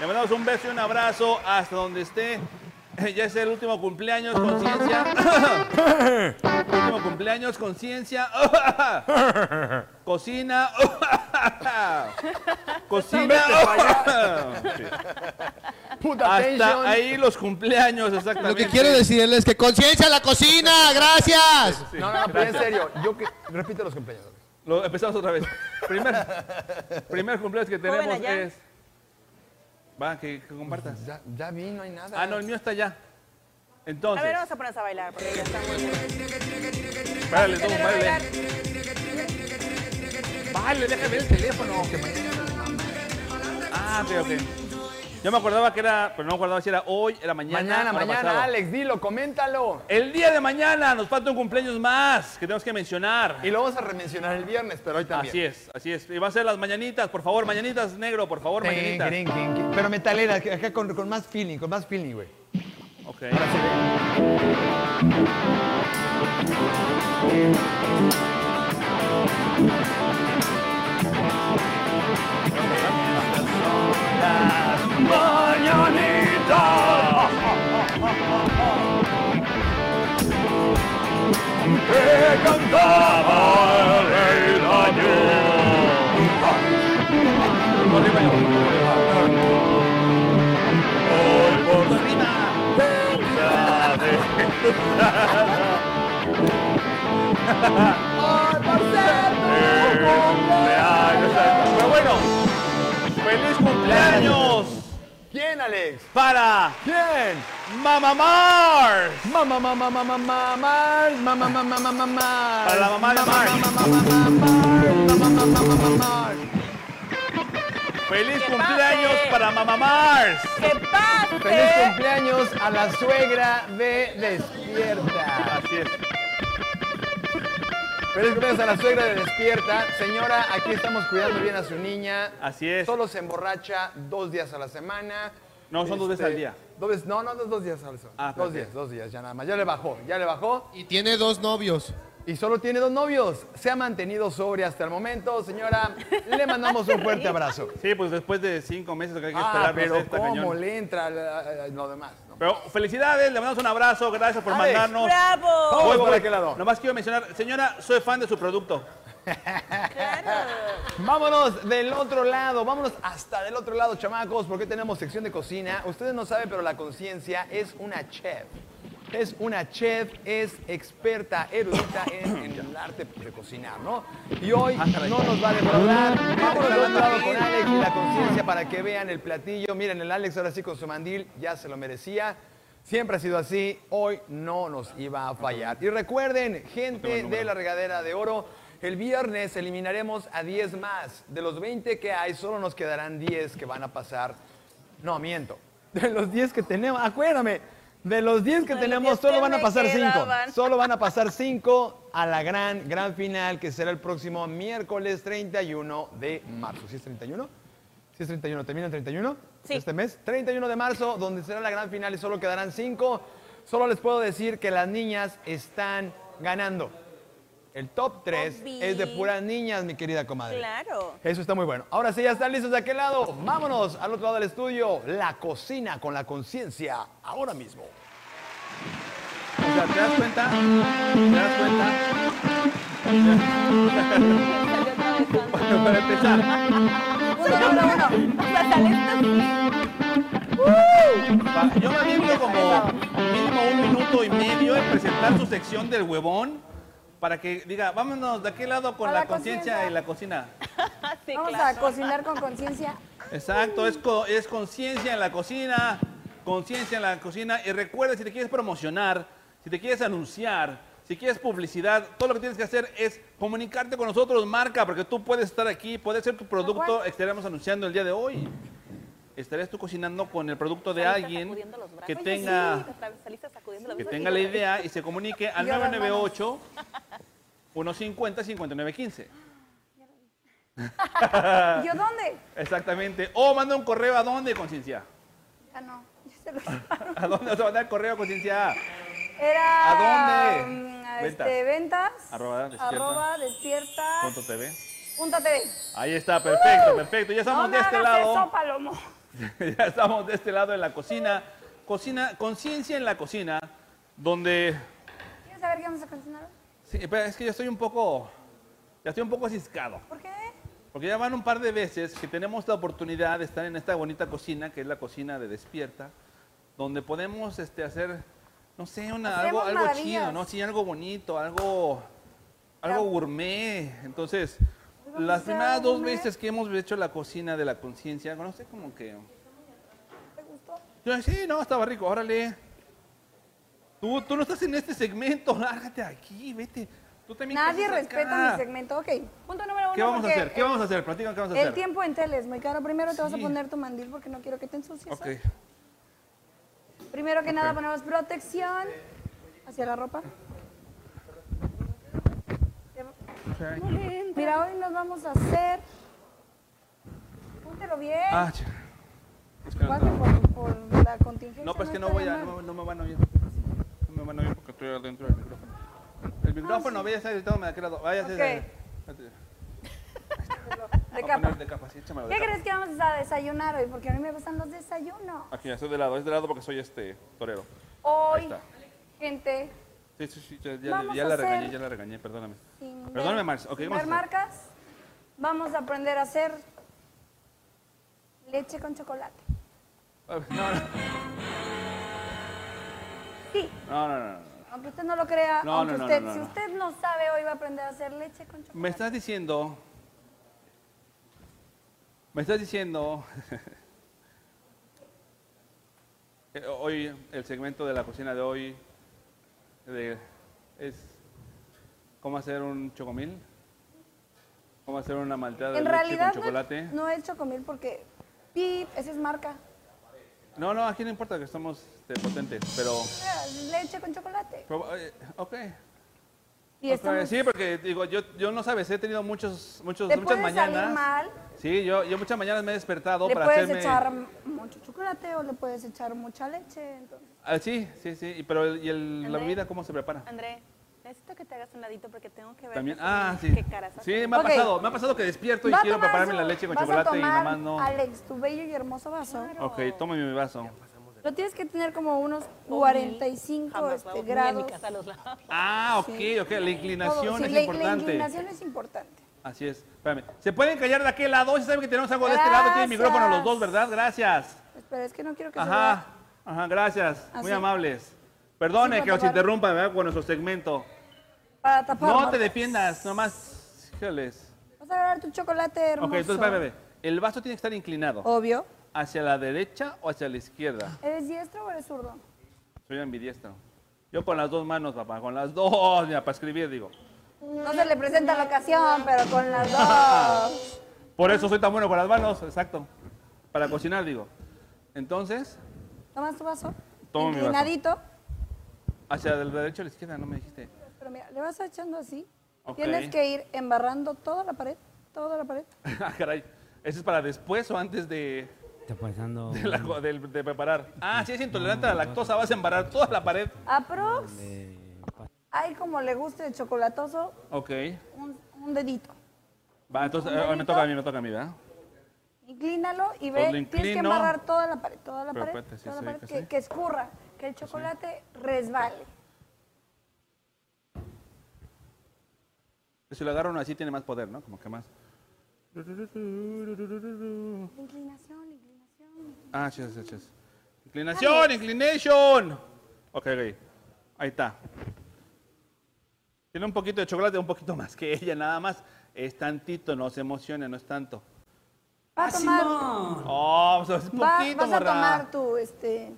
A: Le mandamos un beso y un abrazo hasta donde esté. Ya es el último cumpleaños, conciencia. último cumpleaños, conciencia. Cocina. Cocina. Sí.
B: Puta
A: Hasta
B: atención.
A: ahí los cumpleaños, exactamente.
E: Lo que quiero decirles es que conciencia la cocina, gracias.
A: Sí,
B: No, no, pero en
A: gracias.
B: serio, yo que... repite los cumpleaños.
A: Lo- empezamos otra vez. Primer, primer cumpleaños que
C: Joven
A: tenemos
C: allá.
A: es. Va, que, que compartas.
B: Ya, ya vi, no hay nada.
A: Ah, no, el mío está allá.
C: A
A: Entonces,
C: ver, vamos a ponernos a bailar porque ya estamos.
A: párale, tú, párale. Vale, déjame ver el teléfono. Ah, ok, ok. Yo me acordaba que era, pero no me acordaba si era hoy, era mañana.
B: Mañana,
A: o era
B: mañana,
A: pasado.
B: Alex, dilo, coméntalo.
A: El día de mañana nos falta un cumpleaños más que tenemos que mencionar.
B: Y lo vamos a remencionar el viernes, pero hoy también.
A: Así es, así es. Y va a ser las mañanitas, por favor, mañanitas negro, por favor,
B: Tin,
A: mañanitas.
B: tin, tin, tin. Pero metalera, que acá con, con más feeling, con más feeling, güey.
A: Ok. Pero bueno, feliz cumpleaños
B: ¿Quién, Alex?
A: para
B: ¿Quién?
A: Mamá Mars.
B: Mamá, mamá, mamá, mamá, Mars, mamá, mamá, mamá, mamá.
A: Para la mamá de Mars. Feliz
C: Que
A: cumpleaños
C: pase.
A: para Mamá Mars.
C: ¡Que pase!
B: Feliz cumpleaños a la suegra de Despierta.
A: Así es.
B: Feliz cumpleaños a la suegra de Despierta. Señora, aquí estamos cuidando bien a su niña.
A: Así es.
B: Solo se emborracha dos días a la semana. Este,
A: No, son dos veces al día.
B: dos veces- no, no, dos, dos días a la semana.
A: Ah,
B: dos
A: ok.
B: días, dos días, ya nada más. Ya le bajó, ya le bajó.
E: Y tiene dos novios.
B: Y solo tiene dos novios. Se ha mantenido sobria hasta el momento. Señora, le mandamos un fuerte abrazo.
A: Sí, pues después de cinco meses lo que hay que
B: Ah,
A: esperar. no sé,
B: pero
A: está
B: cómo
A: cañón.
B: le entra la- lo demás. ¿no?
A: Pero felicidades, le mandamos un abrazo, gracias por
B: Alex,
A: mandarnos.
C: ¡Bravo!
B: Vamos
A: Voy,
B: por
A: voy.
B: aquel lado.
A: Nomás quiero mencionar, señora, soy fan de su producto.
B: Vámonos del otro lado, vámonos hasta del otro lado, chamacos, porque hoy tenemos sección de cocina. Ustedes no saben, pero la conciencia es una chef. Es una chef, es experta, erudita en, en el arte de cocinar, ¿no? Y hoy no nos va a defraudar. Vámonos del otro lado con Alex y la conciencia para que vean el platillo. Miren, el Alex ahora sí con su mandil ya se lo merecía. Siempre ha sido así, hoy no nos iba a fallar. Y recuerden, gente de la regadera de oro, el viernes eliminaremos a 10 más. De los 20 que hay, solo nos quedarán 10 que van a pasar. No, miento. De los 10 que tenemos, acuérdame, de los 10 que
C: De los
B: tenemos,
C: 10
B: solo
C: que
B: van a
C: me
B: pasar 5.
C: quedaban.
B: Solo van a pasar 5 a la gran, gran final que será el próximo miércoles 31 de marzo. ¿Sí es 31? ¿Sí es 31? ¿Termina el 31?
C: Sí.
B: Este mes. 31 de marzo, donde será la gran final y solo quedarán 5. Solo les puedo decir que las niñas están ganando. El top 3
C: Obi.
B: es de puras niñas, mi querida comadre.
C: Claro.
B: Eso está muy bueno. Ahora sí, ya están listos de aquel lado. Vámonos al otro lado del estudio. La cocina con la conciencia ahora mismo.
A: O sea, ¿te das cuenta? ¿Te das cuenta?
C: Salió otra vez tanto.
A: Bueno, para empezar,
D: Uno, uno, uno.
C: O sea, sale
A: pa- yo me aviento como mínimo un minuto y medio en presentar su sección del huevón para que diga, vámonos de aquel lado con
D: A
A: la,
D: la
A: conciencia
D: conciencia.
A: y la cocina.
C: así,
D: Vamos
C: claro.
D: a cocinar con conciencia.
A: Exacto, es, co- es conciencia en la cocina, conciencia en la cocina. Y recuerda, si te quieres promocionar, si te quieres anunciar, si quieres publicidad, todo lo que tienes que hacer es comunicarte con nosotros, marca, porque tú puedes estar aquí, puede ser tu producto,
D: cual.
A: estaremos anunciando el día de hoy. Estarías tú cocinando con el producto de
C: Saliste
A: alguien
C: sacudiendo los brazos.
A: que
C: Oye,
A: tenga,
C: sí, otra vez saliste sacudiendo los
A: que
C: brazos.
A: tenga la idea y se comunique al
D: Y a las manos.
A: 998 150 5915. Ah.
D: ¿Y yo dónde?
A: Exactamente. O manda un correo a dónde, conciencia.
D: Ah, no. Yo se los mando.
A: ¿A dónde vas a mandar correo, conciencia?
D: Era.
A: ¿A dónde?
D: mm, a
A: Ventas.
D: este, ventas.
A: Arroba despierta.
D: Arroba despierta.
A: Punto TV.
D: Punto TV.
A: Ahí está, perfecto, perfecto. Ya estamos
D: no me
A: de este
D: hagas
A: lado.
D: eso, Palomo.
A: ya estamos de este lado en la cocina. Cocina, conciencia en la cocina, donde...
D: ¿Quieres saber qué vamos a cocinar?
A: Sí, espera, es que yo estoy un poco... Ya estoy un poco ciscado.
D: ¿Por qué?
A: Porque ya van un par de veces que tenemos la oportunidad de estar en esta bonita cocina, que es la cocina de Despierta, donde podemos este, hacer, no sé, una- algo,
D: Hacemos
A: algo
D: maravillas.
A: chido, ¿no? Sí, algo bonito, algo, algo
D: Ya. Pues
A: gourmet. Entonces,
D: vamos a
A: las
D: hacer
A: primeras
D: algo
A: dos
D: gourmet.
A: veces que hemos hecho la cocina de la conciencia, no sé, como que...
D: ¿Te gustó?
A: Yo, sí, no, estaba rico, órale. Tú, tú no estás en este segmento, lárgate aquí, vete. Tú también
D: Nadie
A: pasas
D: respeta
A: acá.
D: mi segmento. Ok, punto número uno.
A: ¿Qué vamos a
D: porque
A: hacer? ¿Qué vamos a hacer? Platícanos qué vamos a hacer.
D: El tiempo en tele es muy caro. Primero te vas a
A: Sí.
D: poner tu mandil porque no quiero que te ensucies.
A: Ok.
D: Primero que nada ponemos protección hacia la ropa. Mira, hoy nos vamos a hacer... Púntelo bien.
A: Ah, ch- Espera,
D: Guarda
A: no.
D: por, por la contingencia.
A: No, pues que no
D: está
A: voy
D: de
A: a,
D: más.
A: no, no me van a oír. No me van a oír porque estoy adentro del micrófono. El micrófono, vaya, está gritándome de aquel lado. Vaya,
D: Ah, Ok.
A: De
D: De capa.
A: De capa, sí, échamelo de
D: ¿Qué
A: capa.
D: crees que vamos a desayunar hoy? Porque a mí me gustan los desayunos.
A: Aquí, estoy de lado, es de lado porque soy este torero. Ahí
D: Hoy,
A: está.
D: gente,
A: Sí, sí, sí, ya, ya-
D: Vamos
A: ya
D: a
A: la
D: hacer-
A: regañé, ya la regañé, perdóname.
D: sin
A: Perdóname,
D: ver-
A: Marx, ok,
D: sin
A: vamos
D: ver
A: a hacer.
D: marcas, vamos a aprender a hacer leche con chocolate.
A: A ver, No,
D: Sí,
A: no, no, no, no, no.
D: aunque usted no lo crea,
A: No,
D: aunque
A: no, no,
D: usted,
A: no, no,
D: si
A: no.
D: usted no sabe, hoy va a aprender a hacer leche con chocolate.
A: Me estás diciendo. Me estás diciendo. que eh, hoy, el segmento de la cocina de hoy de- es. ¿Cómo hacer un chocomil? ¿Cómo hacer una malteada de
D: en
A: leche
D: realidad
A: con chocolate?
D: no, no he hecho comer porque pip, esa es marca.
A: No, no, aquí no importa que estamos este, potentes, pero.
D: Ah, Leche con chocolate.
A: pero, eh, ok.
D: Y
A: Ok,
D: estamos-
A: Sí, porque digo, yo, yo no sabes, he tenido muchos, muchos,
D: te
A: muchas
D: puede
A: mañanas.
D: salir mal,
A: Sí, yo, yo muchas mañanas me he despertado
D: le
A: para
D: puedes
A: hacerme.
D: echar mucho chocolate o le puedes echar mucha leche. Entonces.
A: Ah, sí, sí, sí. Y Pero el- ¿y el- la
C: André.
A: bebida cómo se prepara?
D: Ah,
C: André, necesito que te hagas un ladito porque tengo que ver.
A: También.
C: qué-
A: Ah, sí.
C: Qué caras
A: Sí,
C: haces.
A: me ha
D: Ok.
A: pasado. Me ha pasado que despierto y
D: Va a
A: quiero
D: tomar
A: prepararme
D: su-
A: la leche con
D: vas a
A: chocolate y nada
D: tomar,
A: más no.
D: Alex, tu bello y hermoso vaso.
A: Ok, tómame mi vaso.
D: Lo tienes que tener como unos 45
C: Jamás
D: este,
C: la voy a poner en mi
D: grados.
C: casa, los lavo.
A: Ah, ok,
D: Sí.
A: ok. La
D: Todo,
A: inclinación
D: sí,
A: es
D: la- La
A: importante.
D: inclinación es importante.
A: Así es. Espérame. ¿Se pueden callar de aquel lado? Si saben que tenemos algo de este lado, tienen
D: Gracias.
A: micrófono los dos, ¿verdad? Gracias.
D: Espera, Pues, es que no quiero que se
A: Ajá.
D: vea.
A: Ajá, gracias. Muy
D: Así.
A: amables. Perdone
D: Sí,
A: que os
D: Guatemala.
A: interrumpa ¿verdad? con nuestro segmento.
D: Para tapar.
A: No te
D: marcas.
A: defiendas, nomás. Híjoles.
D: Vas a agarrar tu chocolate hermoso.
A: Ok, entonces, espérame. espérame. El vaso tiene que estar inclinado.
D: Obvio.
A: ¿Hacia la derecha o hacia la izquierda?
D: ¿Eres diestro o eres zurdo?
A: Soy ambidiestro. Yo con las dos manos, papá, con las dos, mira, para escribir, digo.
D: No se le presenta la ocasión, pero con las dos.
A: Por eso soy tan bueno con las manos, exacto. Para cocinar, digo. Entonces,
D: Tomas tu vaso.
A: Tomo mi vaso.
D: inclinadito.
A: hacia la derecha o la izquierda, no me dijiste.
D: Pero mira, le vas echando así.
A: Ok.
D: Tienes que ir embarrando toda la pared, toda la pared.
A: ah, caray. ¿Eso es para después o antes de,
G: Está pasando.
A: de la co- del- de preparar? Ah, si es intolerante a la lactosa, vas a embarrar toda la pared.
D: Aprox,
G: eh, pa-
D: hay como le guste de chocolatoso,
A: Ok.
D: un, un dedito.
A: Va, entonces, eh, me toca a mí, me toca a mí, ¿verdad?
D: Inclínalo y
A: Pues
D: ve,
A: lo
D: tienes que
A: inclino.
D: embarrar toda la pared, toda la
A: Pero
D: pared,
A: espérate, sí,
D: toda la
A: sí,
D: pared,
A: que
D: que,
A: sí.
D: que escurra, que el chocolate resbale.
A: Pues Si lo agarro uno así, tiene más poder, ¿no? Como que más.
D: La inclinación, la inclinación.
A: Ah, chis, chis, chis. Inclinación, inclination. Ok, ok. Ahí está. Tiene un poquito de chocolate, un poquito más que ella, nada más. Es tantito, no se emocione, no es tanto.
D: Va a tomar,
A: Oh, pues, es poquito,
D: va- vas a
A: morra.
D: tomar tu este,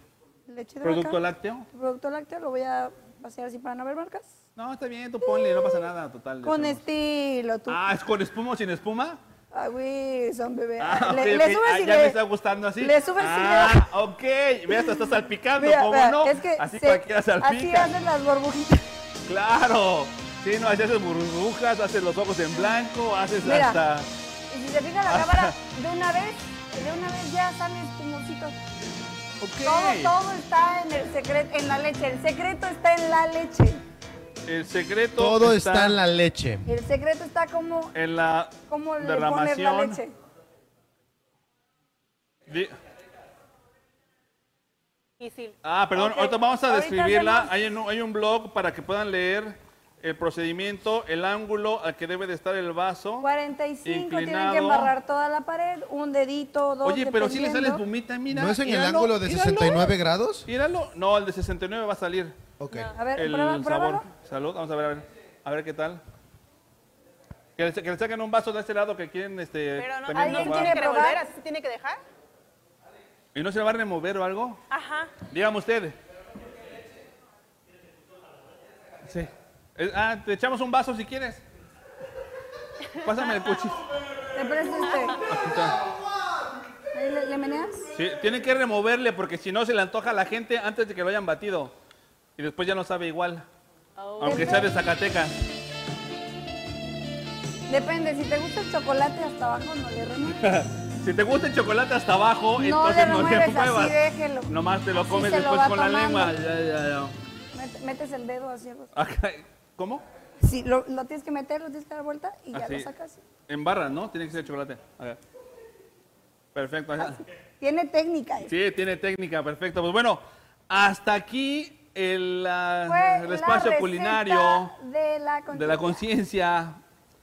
D: leche de
A: ¿Producto
D: vaca.
A: lácteo? Pues
D: Tu producto lácteo lo voy a vaciar así para no ver marcas.
A: No, está bien, tú ponle, no pasa nada, total. le
D: Con
A: hacemos.
D: estilo, tú.
A: Ah, ¿es con espuma o sin espuma?
D: Ay, Wilson, bebé.
A: Ah,
D: le,
A: ok,
D: le
A: ok.
D: subes
A: Ah,
D: y
A: ya
D: le...
A: me está gustando así.
D: Le subes y le...
A: Ah, ok. Mira, hasta está salpicando,
D: Mira,
A: ¿cómo
D: mira,
A: no?
D: es que
A: así
D: se-
A: cualquiera salpica.
D: Así hacen las burbujitas.
A: Claro. Sí, no, así haces burbujas, haces los ojos en blanco, haces
D: Mira.
A: hasta...
D: Y si se fija
A: Ah.
D: la cámara, de una vez, de una vez ya salen espumositos. Todo,
A: Ok.
D: todo está en el secreto, en la leche. El secreto está en la leche.
A: El secreto
E: Todo está en la leche.
D: El secreto está como,
A: en la
D: como le pones la
A: derramación.
D: leche.
A: Di-
C: difícil.
A: Ah, perdón,
C: Ok,
A: ahorita vamos a
C: ahorita
A: describirla. Eh,
C: hacemos-
A: Hay un, hay un blog para que puedan leer el procedimiento, el ángulo al que debe de estar el vaso.
D: 45, tienen
A: inclinado.
D: que embarrar toda la pared, un dedito, dos,
A: Oye, pero si le sale
D: dependiendo.
A: espumita, mira.
E: ¿No es en el
A: míralo,
E: ángulo de
A: míralo.
E: 69 grados?
A: Míralo. No, el de 69 va a salir.
E: Ok.
D: A ver,
A: el
D: Eh, prueba,
A: sabor.
D: pruébalo.
A: Salud, vamos a ver, a ver. A ver qué tal. Que le, que le saquen un vaso de este lado que quieren este,
C: Pero no,
A: también
C: ¿alguien
A: probar.
C: tiene que
D: probar?
C: revolver? ¿Así se tiene que dejar?
A: ¿Y no se lo van a remover o algo?
C: Ajá.
A: Dígame usted. Sí. Eh, Ah, te echamos un vaso si quieres. Pásame el cuchillo.
D: ¿Te prestas este?
A: Aquí está.
D: Ahí ¿Le, le meneas?
A: Sí, tienen que removerle porque si no se le antoja a la gente antes de que lo hayan batido. Y después ya no sabe igual. Aunque sea de Zacatecas.
D: Depende, si te gusta el chocolate hasta abajo no le remueves.
A: Si te gusta el chocolate hasta abajo,
D: No
A: entonces
D: le
A: no
D: remueves,
A: te
D: así
A: muevas.
D: déjelo.
A: Nomás te lo
D: Así
A: comes
D: se lo
A: después
D: va
A: con la
D: tomando.
A: lengua. Ya, ya, ya.
D: Met- Metes el dedo así. algo así.
A: Ah, caray. ¿Cómo?
D: Sí, lo, lo tienes que meter, lo tienes que dar vuelta y ya lo
A: Así.
D: sacas.
A: En barra, ¿no? Tiene que ser chocolate. Acá. Perfecto. ajá.
D: Ah, Tiene técnica. eh.
A: Sí, tiene técnica, perfecto. Pues bueno, hasta aquí el, ah,
D: Fue
A: el
D: la
A: espacio
D: receta
A: culinario
D: de la,
A: de la conciencia.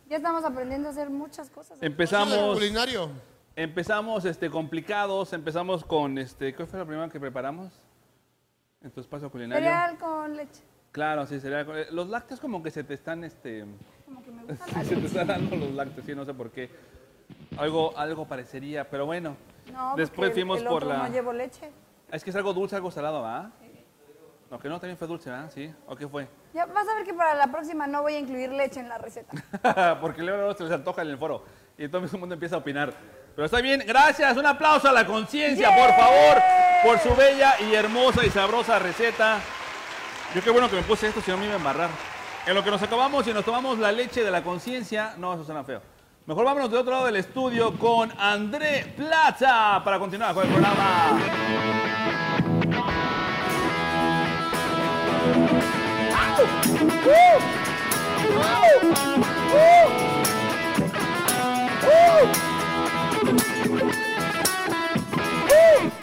D: Ya estamos aprendiendo a hacer muchas cosas.
A: Empezamos,
E: culinario.
A: empezamos este, complicados, empezamos con, este, ¿qué fue la primera que preparamos? En tu espacio culinario.
D: Cereal con leche.
A: Claro, sí, cereal. Eh, Los lácteos como que se te están, este,
D: Como que me gusta la
A: se te están dando los lácteos, sí, no sé por qué. Algo, algo parecería, pero bueno.
D: No, porque
A: Después
D: el-
A: fuimos
D: el
A: por
D: otro
A: la...
D: No llevo leche.
A: Es que es algo dulce, algo salado, ¿verdad? No, que no, también fue dulce, ¿verdad? Sí. ¿O qué fue?
D: Ya vas a ver que para la próxima no voy a incluir leche en la receta.
A: Porque luego luego se les antoja en el foro. Y entonces todo el mundo empieza a opinar. Pero está bien, gracias. Un aplauso a la conciencia, por favor, por su bella y hermosa y sabrosa receta. Yo qué bueno que me puse esto, si no me iba a embarrar. En lo que nos acabamos y nos tomamos la leche de la conciencia, no, eso suena feo. Mejor vámonos del otro lado del estudio con André Plaza para continuar con el programa.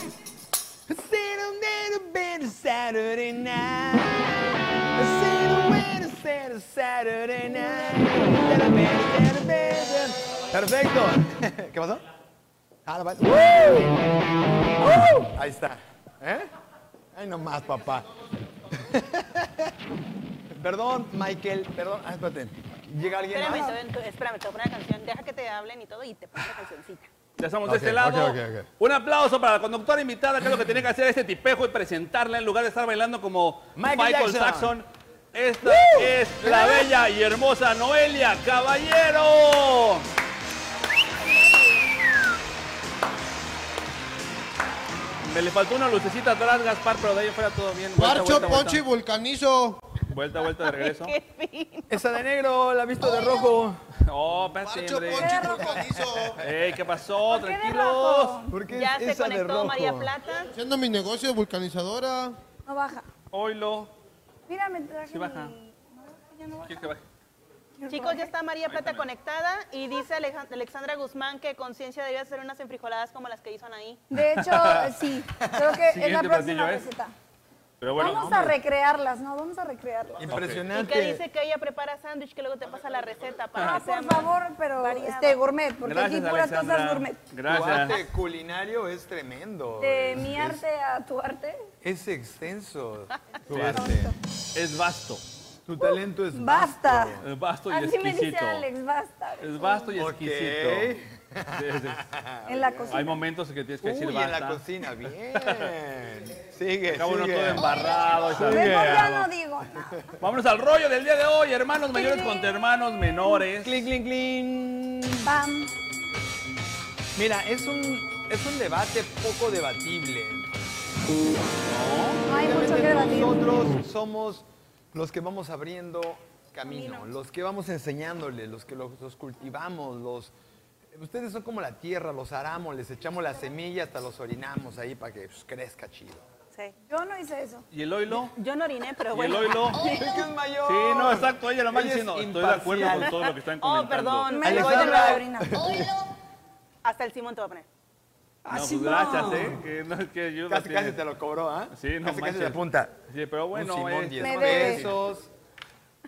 B: Sit a little bit of Saturday night. Sit a little bit of Saturday night. Little bit, little bit. Perfecto. ¿Qué pasó? Ah, la baila. ¡Woo! ¡Woo! Ahí está. ¿Eh? Ahí nomás, papá. perdón, Michael. Perdón. Ah, espérate. ¿Llega alguien
C: Espérame,
B: más?
C: te voy- espérame, te voy a poner la canción. Deja que te hablen y todo y te pongo la cancioncita.
A: Ya estamos
B: Ok,
A: de este lado.
B: ok, ok, ok.
A: Un aplauso para la conductora invitada, que es lo que tenía que hacer este tipejo y presentarla en lugar de estar bailando como
B: Michael
A: Michael
B: Jackson.
A: Jackson. Esta es la bella y hermosa Noelia Caballero. Me le faltó una lucecita atrás, Gaspar, pero de ahí fuera todo bien. Vuelta,
E: Parcho,
A: vuelta,
E: poncho y
A: vuelta.
E: vulcanizo.
A: vuelta, vuelta de regreso.
B: Esa de negro, la he visto de rojo.
A: Oh, espérate,
E: Parcho,
A: hombre.
E: poncho y vulcanizo.
A: Ey, ¿qué pasó?
D: ¿Por qué de
A: Tranquilos.
D: rojo?
B: ¿Por qué
C: Ya
B: es
C: se
B: esa de
C: conectó
B: rojo?
C: María Plata.
E: Haciendo mi negocio de vulcanizadora.
D: No baja.
A: Oilo.
D: Mira, me traje
A: Sí baja.
D: mi- No, ya no baja.
A: ¿Quieres que baje?
C: Chicos, ya está María Plata conectada y dice Aleja- Alexandra Guzmán que conciencia debía hacer unas enfrijoladas como las que hizo ahí.
D: De hecho, sí. Creo que es la
A: Siguiente platillo,
D: próxima
A: ¿eh?
D: receta.
A: Pero bueno,
D: vamos a recrearlas, ¿no? Vamos a recrearlas.
C: Y
B: Impresionante.
C: que dice que ella prepara sándwich que luego te pasa la receta para
D: Ah,
C: que sea
D: por
C: más-
D: favor, pero este gourmet, porque
A: Gracias,
D: aquí puras
A: Alexandra.
D: cosas gourmet.
B: Tu arte
A: Gracias.
B: culinario es tremendo.
D: De
B: Es-
D: mi
B: es-
D: arte a tu arte,
B: Es, extenso. Tu
A: Sí,
B: arte.
A: Es vasto.
B: Tu talento es
D: basta.
A: Es vasto y
D: Así me dice
A: exquisito.
D: Alex, basta.
A: Es vasto y
B: Ok.
A: exquisito. Sí, sí.
D: En la
A: Hay
D: cocina.
A: momentos que tienes que
B: Uy,
A: decir
B: en
A: basta.
B: la cocina, bien. Sigue,
A: Acabo uno todo
B: sigue.
A: embarrado. y tal.
D: Mejor ya no digo. nada.
A: Vámonos al rollo del día de hoy, hermanos mayores contra hermanos menores.
B: Clink, clink, clink.
D: Pam.
B: Mira, es un, es un debate poco debatible.
D: No hay mucho que debatir.
B: Nosotros somos los que vamos abriendo camino, los que vamos enseñándole, los que los, los cultivamos, los... Ustedes son como la tierra, los aramos, les echamos la semilla hasta los orinamos ahí para que pues, crezca chido.
C: Sí.
D: Yo no hice eso.
A: ¿Y el oilo?
C: Yo no oriné, pero
A: ¿Y el
C: bueno.
A: oilo?
B: Es que es mayor.
A: Sí, no, exacto. Ella lo más
B: Ella es
A: diciendo. Estoy de acuerdo
B: imparcial.
A: con todo lo que están
C: Oh,
A: comentando.
C: perdón.
D: Me voy de
B: Alejandra.
D: la orina.
C: Hasta el Simón te va a poner.
A: No, pues gracias, ¿eh? Que, no, que yo
B: Casi,
A: la
B: casi te
A: tiene.
B: lo cobró, ¿ah?
A: Sí, no
B: Casi, casi
A: manches.
B: de punta.
A: Sí, pero bueno,
B: Un Simón,
A: eh,
B: 10
D: Me debe.
B: pesos.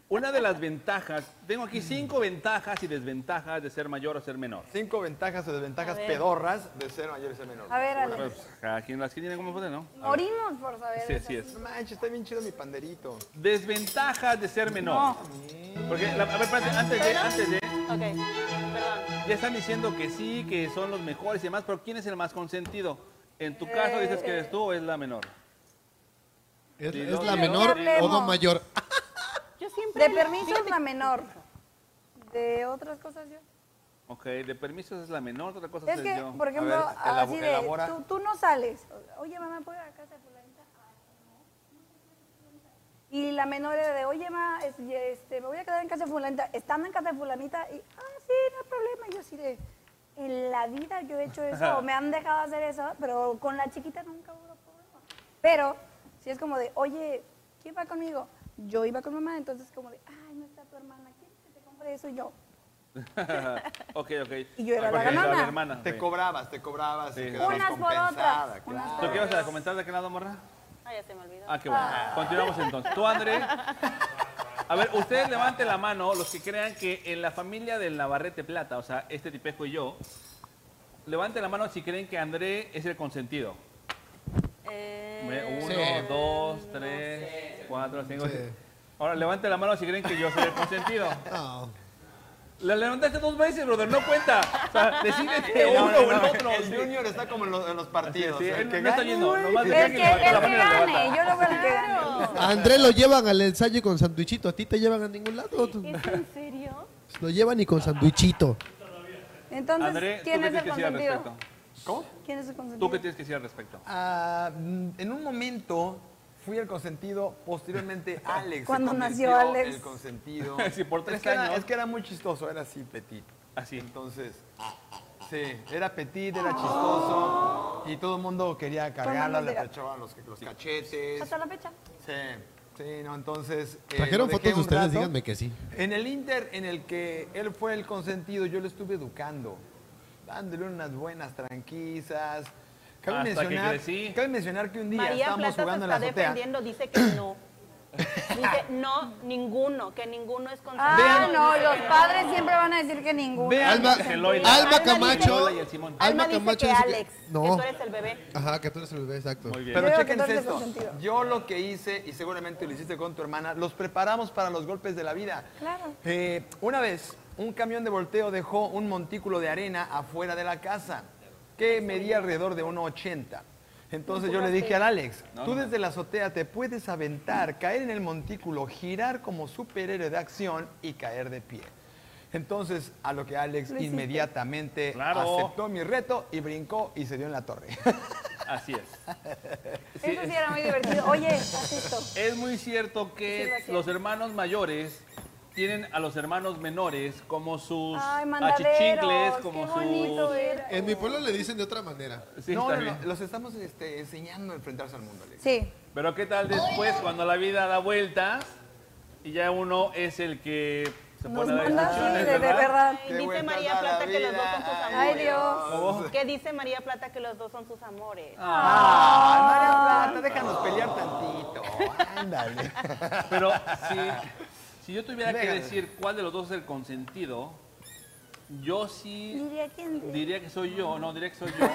A: una de las ventajas, tengo aquí cinco ventajas y desventajas de ser mayor o ser menor.
B: Cinco ventajas o desventajas
D: A ver.
B: pedorras de ser mayor y ser menor.
D: A ver, Ale.
A: Pues, cada quien las que tiene como puede, ¿no?
D: Morimos por saber.
A: Sí,
D: esas
A: así es.
B: No manches, está bien chido mi panderito.
A: Desventajas de ser menor. Porque, la- a ver, espérate, antes de,
C: ¿Bueno?
A: antes de,
C: Ok, perdón.
A: ya están diciendo que sí, que son los mejores y demás, pero ¿quién es el más consentido? En tu caso
D: Eh,
A: dices que eres tú o es la menor.
E: ¿Es,
A: Sí,
E: es
A: no,
E: la
A: sí.
E: menor o
D: Hablemos.
E: la mayor?
C: Yo siempre...
D: De permiso es
C: Fíjate
D: la menor. De otras cosas yo.
A: Ok, de permisos es la menor, otra cosa
D: Es
A: soy
D: que,
A: yo.
D: por ejemplo,
B: ver, elabo-
D: así de,
B: elabora.
D: tú, tú no sales. Oye, mamá, ¿puedo ir a la casa de fulanita? Y la menor era de, oye, mamá, este, me voy a quedar en casa de fulanita. Estando en casa de fulanita, y, ah, sí, no hay problema. Y yo así de, en la vida yo he hecho eso, o me han dejado hacer eso, pero con la chiquita nunca hubo problema. Pero, si es como de, oye, ¿quién va conmigo? Yo iba con mamá, entonces como de, ay, no está tu hermana, ¿quieres que te compre eso? Y yo,
A: ok, ok.
D: Y yo era
A: Ah,
D: la
A: porque
D: ganona.
A: hermana.
B: Te
A: ok.
B: cobrabas, te cobrabas.
A: Sí.
B: y quedabas
D: Unas por
B: compensada, claro.
D: otras, unas
A: ¿Tú qué vas a comentar de qué lado, morra?
C: Ah, ya se me olvidó.
A: Ah, qué bueno. Continuamos entonces. Tú, André. A ver, ustedes levanten la mano los que crean que en la familia del Navarrete Plata, o sea, este tipejo y yo, levanten la mano si creen que André es el consentido.
C: Eh,
D: Eh,
A: Uno,
E: Sí.
A: dos, tres, cuatro, cinco, seis. Ahora levanten la mano si creen que yo soy el consentido.
E: No.
A: La levantaste dos veces, brother, no cuenta. O sea, decídete
B: No,
A: uno
B: no,
A: o el
B: no,
A: otro.
B: El
A: sí.
B: Junior está como en los, en los partidos.
A: Sí,
B: el
A: él
B: que
A: no está
B: gane,
A: yendo,
B: güey.
A: nomás
D: el
A: dice
D: que,
A: que levantó la
D: el que
A: mano y la
D: gane,
A: levanta.
D: yo no voy al que gane.
C: claro.
E: A Andrés lo llevan al ensayo con sandwichito. A ti te llevan a ningún lado.
C: ¿Es en serio?
E: Lo llevan y con sandwichito.
D: Entonces,
A: André, ¿tú qué
D: ¿quién es
A: tienes
D: el
A: que decir al
D: consentido?
A: respecto?
B: ¿Cómo?
D: ¿Quién es el consentido?
A: ¿Tú qué tienes que decir al respecto?
B: Ah, mm, en un momento fui el consentido, posteriormente Alex. se
D: Cuando
B: convirtió
D: nació Alex.
B: El consentido.
A: Sí, por tres
B: es que era-
A: años.
B: es que era muy chistoso, era así, petit.
A: Así.
B: Entonces, sí, era petit,
D: Ah.
B: era chistoso. Y todo el mundo quería cargarlo,
D: manos
B: le
D: de gato.
B: aprochaban los, los cachetes.
D: Hasta la fecha.
B: Sí, sí, no, entonces. eh, lo
E: ¿Trajeron
B: dejé
E: fotos
B: un
E: ustedes?
B: rato.
E: Díganme que sí.
B: En el Inter, en el que él fue el consentido, yo lo estuve educando, dándole unas buenas tranquisas.
A: Hasta
B: Cabe,
A: que
B: mencionar,
A: crecí.
B: cabe mencionar que un día
C: María
B: estábamos
C: Plata se
B: jugando en
C: está
B: la azotea.
C: defendiendo, dice que no. Dice, no, ninguno, que ninguno es consentido.
D: Ah, no, los padres siempre van a decir que ninguno.
B: Vean,
E: Alba,
A: Eloy.
E: Alba
A: El
E: Camacho.
A: Lola y el Simón.
C: Alma
E: Alma
C: dice
E: Camacho
C: que
E: dice que-
C: Alex, que
E: No.
C: tú eres el bebé.
E: Ajá, que tú eres el bebé, exacto.
A: Muy bien.
B: Pero
D: Creo que
B: chequen
D: tú eres
B: esto.
D: consentido.
B: Yo lo que hice, y seguramente lo hiciste con tu hermana, los preparamos para los golpes de la vida.
D: Claro.
B: Eh, una vez, un camión de volteo dejó un montículo de arena afuera de la casa, que medía alrededor de 1,80. Entonces yo le dije al Alex, tú desde la azotea te puedes aventar, caer en el montículo, girar como superhéroe de acción y caer de pie. Entonces, a lo que Alex inmediatamente
A: Claro.
B: aceptó mi reto y brincó y se dio en la torre.
A: Así es.
D: Eso sí era muy divertido. Oye, haz esto.
A: Es muy cierto
D: Sí,
A: que
D: lo hacía.
A: los hermanos mayores tienen a los hermanos menores como sus
D: Ay,
A: achichincles,
D: mandaderos,
A: como
D: qué bonito
A: sus...
D: era.
E: En mi pueblo le dicen de otra manera.
A: Sí,
B: no,
A: está
B: no, no,
A: bien.
B: los estamos este, enseñando a enfrentarse al mundo, Alex.
D: Sí.
A: Pero qué tal después cuando la vida da vueltas y ya uno es el que se
D: Nos
A: pone a dar
D: manda así,
A: instrucciones,
D: de, de verdad.
C: Ay,
B: Qué
C: dice
B: vueltas
C: María
B: da la
C: Plata que los dos
B: vida.
C: son sus
B: Ay,
C: amores.
D: Ay, Dios.
C: Que dice María Plata que los dos son sus amores.
A: Ah,
B: Ay, Ah, María Plata, déjanos pelear tantito. Ándale.
A: Pero si, si yo tuviera que
B: Venga.
A: decir cuál de los dos es el consentido, yo sí
D: Diría que Andrés.
A: diría que soy yo, no, diría que soy yo.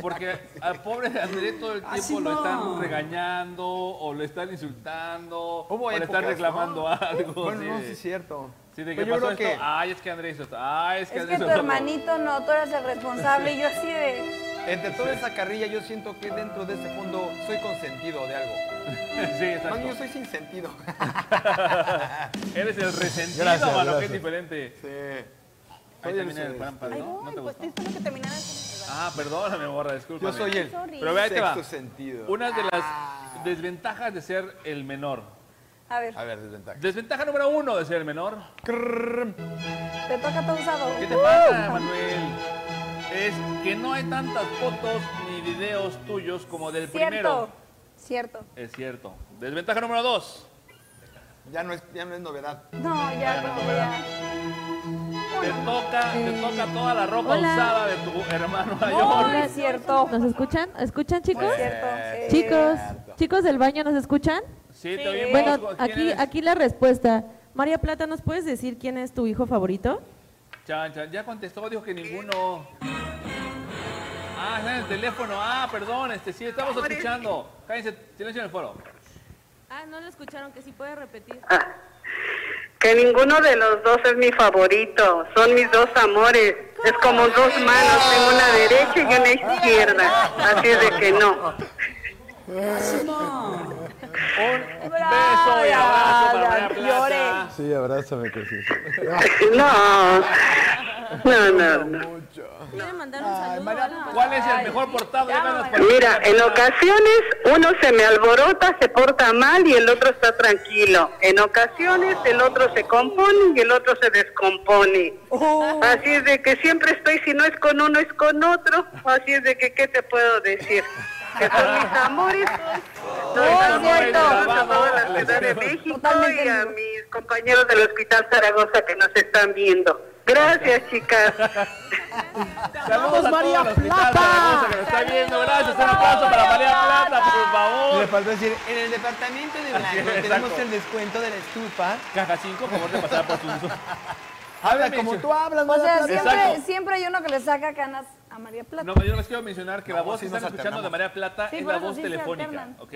A: Porque al pobre de André todo
B: Ah,
A: el tiempo lo están regañando o lo están insultando
B: Hubo
A: o le
B: épocas,
A: están
B: ¿no?
A: reclamando algo.
B: Bueno,
A: sí,
B: no,
A: de-
B: sí es cierto.
A: sí, de que
B: Pero yo
A: pasó
B: creo
A: esto. Ah.
B: que
A: Ay, es que André hizo esto. Ay, es que
D: Es
A: André
D: que tu
A: hizo esto.
D: hermanito no, tú eres el responsable. Y yo así de.
B: entre toda esa carrilla yo siento que dentro de ese fondo soy consentido de algo.
A: Sí,
B: Más bien,
A: exacto.
B: yo soy sin sentido.
A: Eres el resentido,
B: Gracias,
A: mano, que es
B: gracias.
A: diferente.
B: Sí.
A: Ahí
B: Soy
A: termina
B: el-
A: el plan,
C: Ay,
A: ¿no? ¿No te
C: uy, pues
A: gustó?
C: tienes que terminar así.
A: Ah, perdóname, borra, disculpa.
B: Yo soy el Ah.
D: Sorry.
A: ¿eh? Pero ve, ahí te va.
B: sexto sentido.
A: Una de las desventajas de ser el menor.
D: A ver,
B: A ver, desventaja.
A: Desventaja número uno de ser el menor.
D: te toca todo usado.
A: ¿Qué te pasa, Manuel? Es que no hay tantas fotos ni videos tuyos como del
D: Cierto.
A: primero.
D: Cierto.
A: Es cierto. Desventaja número dos.
B: Ya no es, ya no es novedad.
D: No, ya,
A: no,
D: como ya.
A: Te toca, te toca toda la ropa
H: Hola.
A: usada de tu hermano
D: No,
A: mayor.
D: no es cierto.
H: ¿Nos escuchan? ¿Escuchan, chicos?
D: No
A: Pues,
D: es
A: eh,
D: cierto. Pues eh, Sí.
H: Chicos, chicos del baño, ¿nos escuchan?
A: Sí, te oímos.
H: Bueno,
A: ¿Quién
H: aquí,
A: eres?
H: aquí la respuesta. María Plata, ¿nos puedes decir quién es tu hijo favorito?
A: Chan, chan, ya contestó, dijo que ninguno. Ah, está en el teléfono. Ah, perdón, este sí, estamos escuchando. Cállense, silencio en el foro.
H: Ah, no lo escucharon, que sí puede repetir.
I: Que ninguno de los dos es mi favorito. Son mis dos amores. Es como dos manos. Tengo una derecha y una izquierda. Así es de que no.
A: Un beso y abrazo para María Plata.
F: Sí, abrázame, que sí.
I: No. No, no, no.
H: ¿Quiere mandar un saludo? Ah. o algo?
A: ¿Cuál es el mejor portado? Ya ganas por-
I: Mira, en ocasiones uno se me alborota, se porta mal y el otro está tranquilo. En ocasiones el otro se compone y el otro se descompone. Así es de que siempre estoy, si no es con uno, es con otro. Así es de que, ¿qué te puedo decir? Que son mis amores. Los amores
A: cierto.
I: a toda la Ciudad de México y a mis compañeros del Hospital Zaragoza que nos están viendo. Gracias, chicas.
A: Saludos a María Plata. Que nos está viendo. Gracias. Un aplauso para María Plata, por
B: Le
A: favor.
B: faltó decir, en el departamento de blanco
A: es,
B: tenemos
A: exacto.
B: el descuento de la estufa.
A: Caja 5, favor de pasar por sus.
B: Habla como tú hablas,
D: O sea,
B: María Plata.
D: siempre,
A: Exacto.
D: siempre hay uno que le saca canas a María Plata.
A: No, pues yo les quiero mencionar que la voz
F: sí
A: que están
F: nos
A: escuchando de
F: alternamos.
A: María Plata
D: Sí,
A: es
D: por
A: la
D: eso
A: voz
D: sí se
A: telefónica,
D: alternan.
A: ¿ok?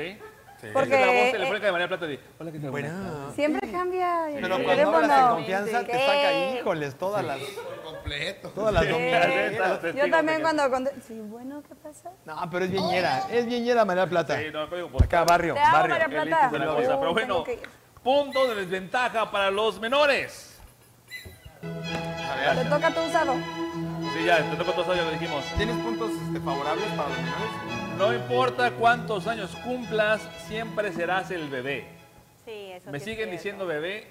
D: Porque,
A: Es la voz
D: eh,
A: telefónica de María Plata. de, Hola, ¿qué tal?
D: Siempre cambia.
B: Pero
D: el
B: cuando hablas en
D: teléfono.
B: confianza te
D: Sí.
B: saca, híjoles, todas las...
E: Completo.
B: Todas las domingueras.
D: Sí. Yo también cuando... conté- Sí, bueno, ¿qué pasa?
B: No, pero es viñera, es viñera María Plata.
A: Sí, no, pero digo, por
B: Acá, barrio,
D: Te amo,
B: barrio.
D: María
A: Qué
D: Plata.
A: lindo es la cosa.
D: Uh,
A: Pero bueno,
D: tengo que ir.
A: punto de desventaja para los menores.
D: Te toca tu usado.
A: Sí, ya, te toca todo eso, ya lo dijimos.
B: ¿Tienes puntos este, favorables para los menores?
A: No importa cuántos años cumplas, siempre serás el bebé.
C: Sí, eso
A: Me
C: sí es
A: siguen
C: cierto.
A: diciendo bebé,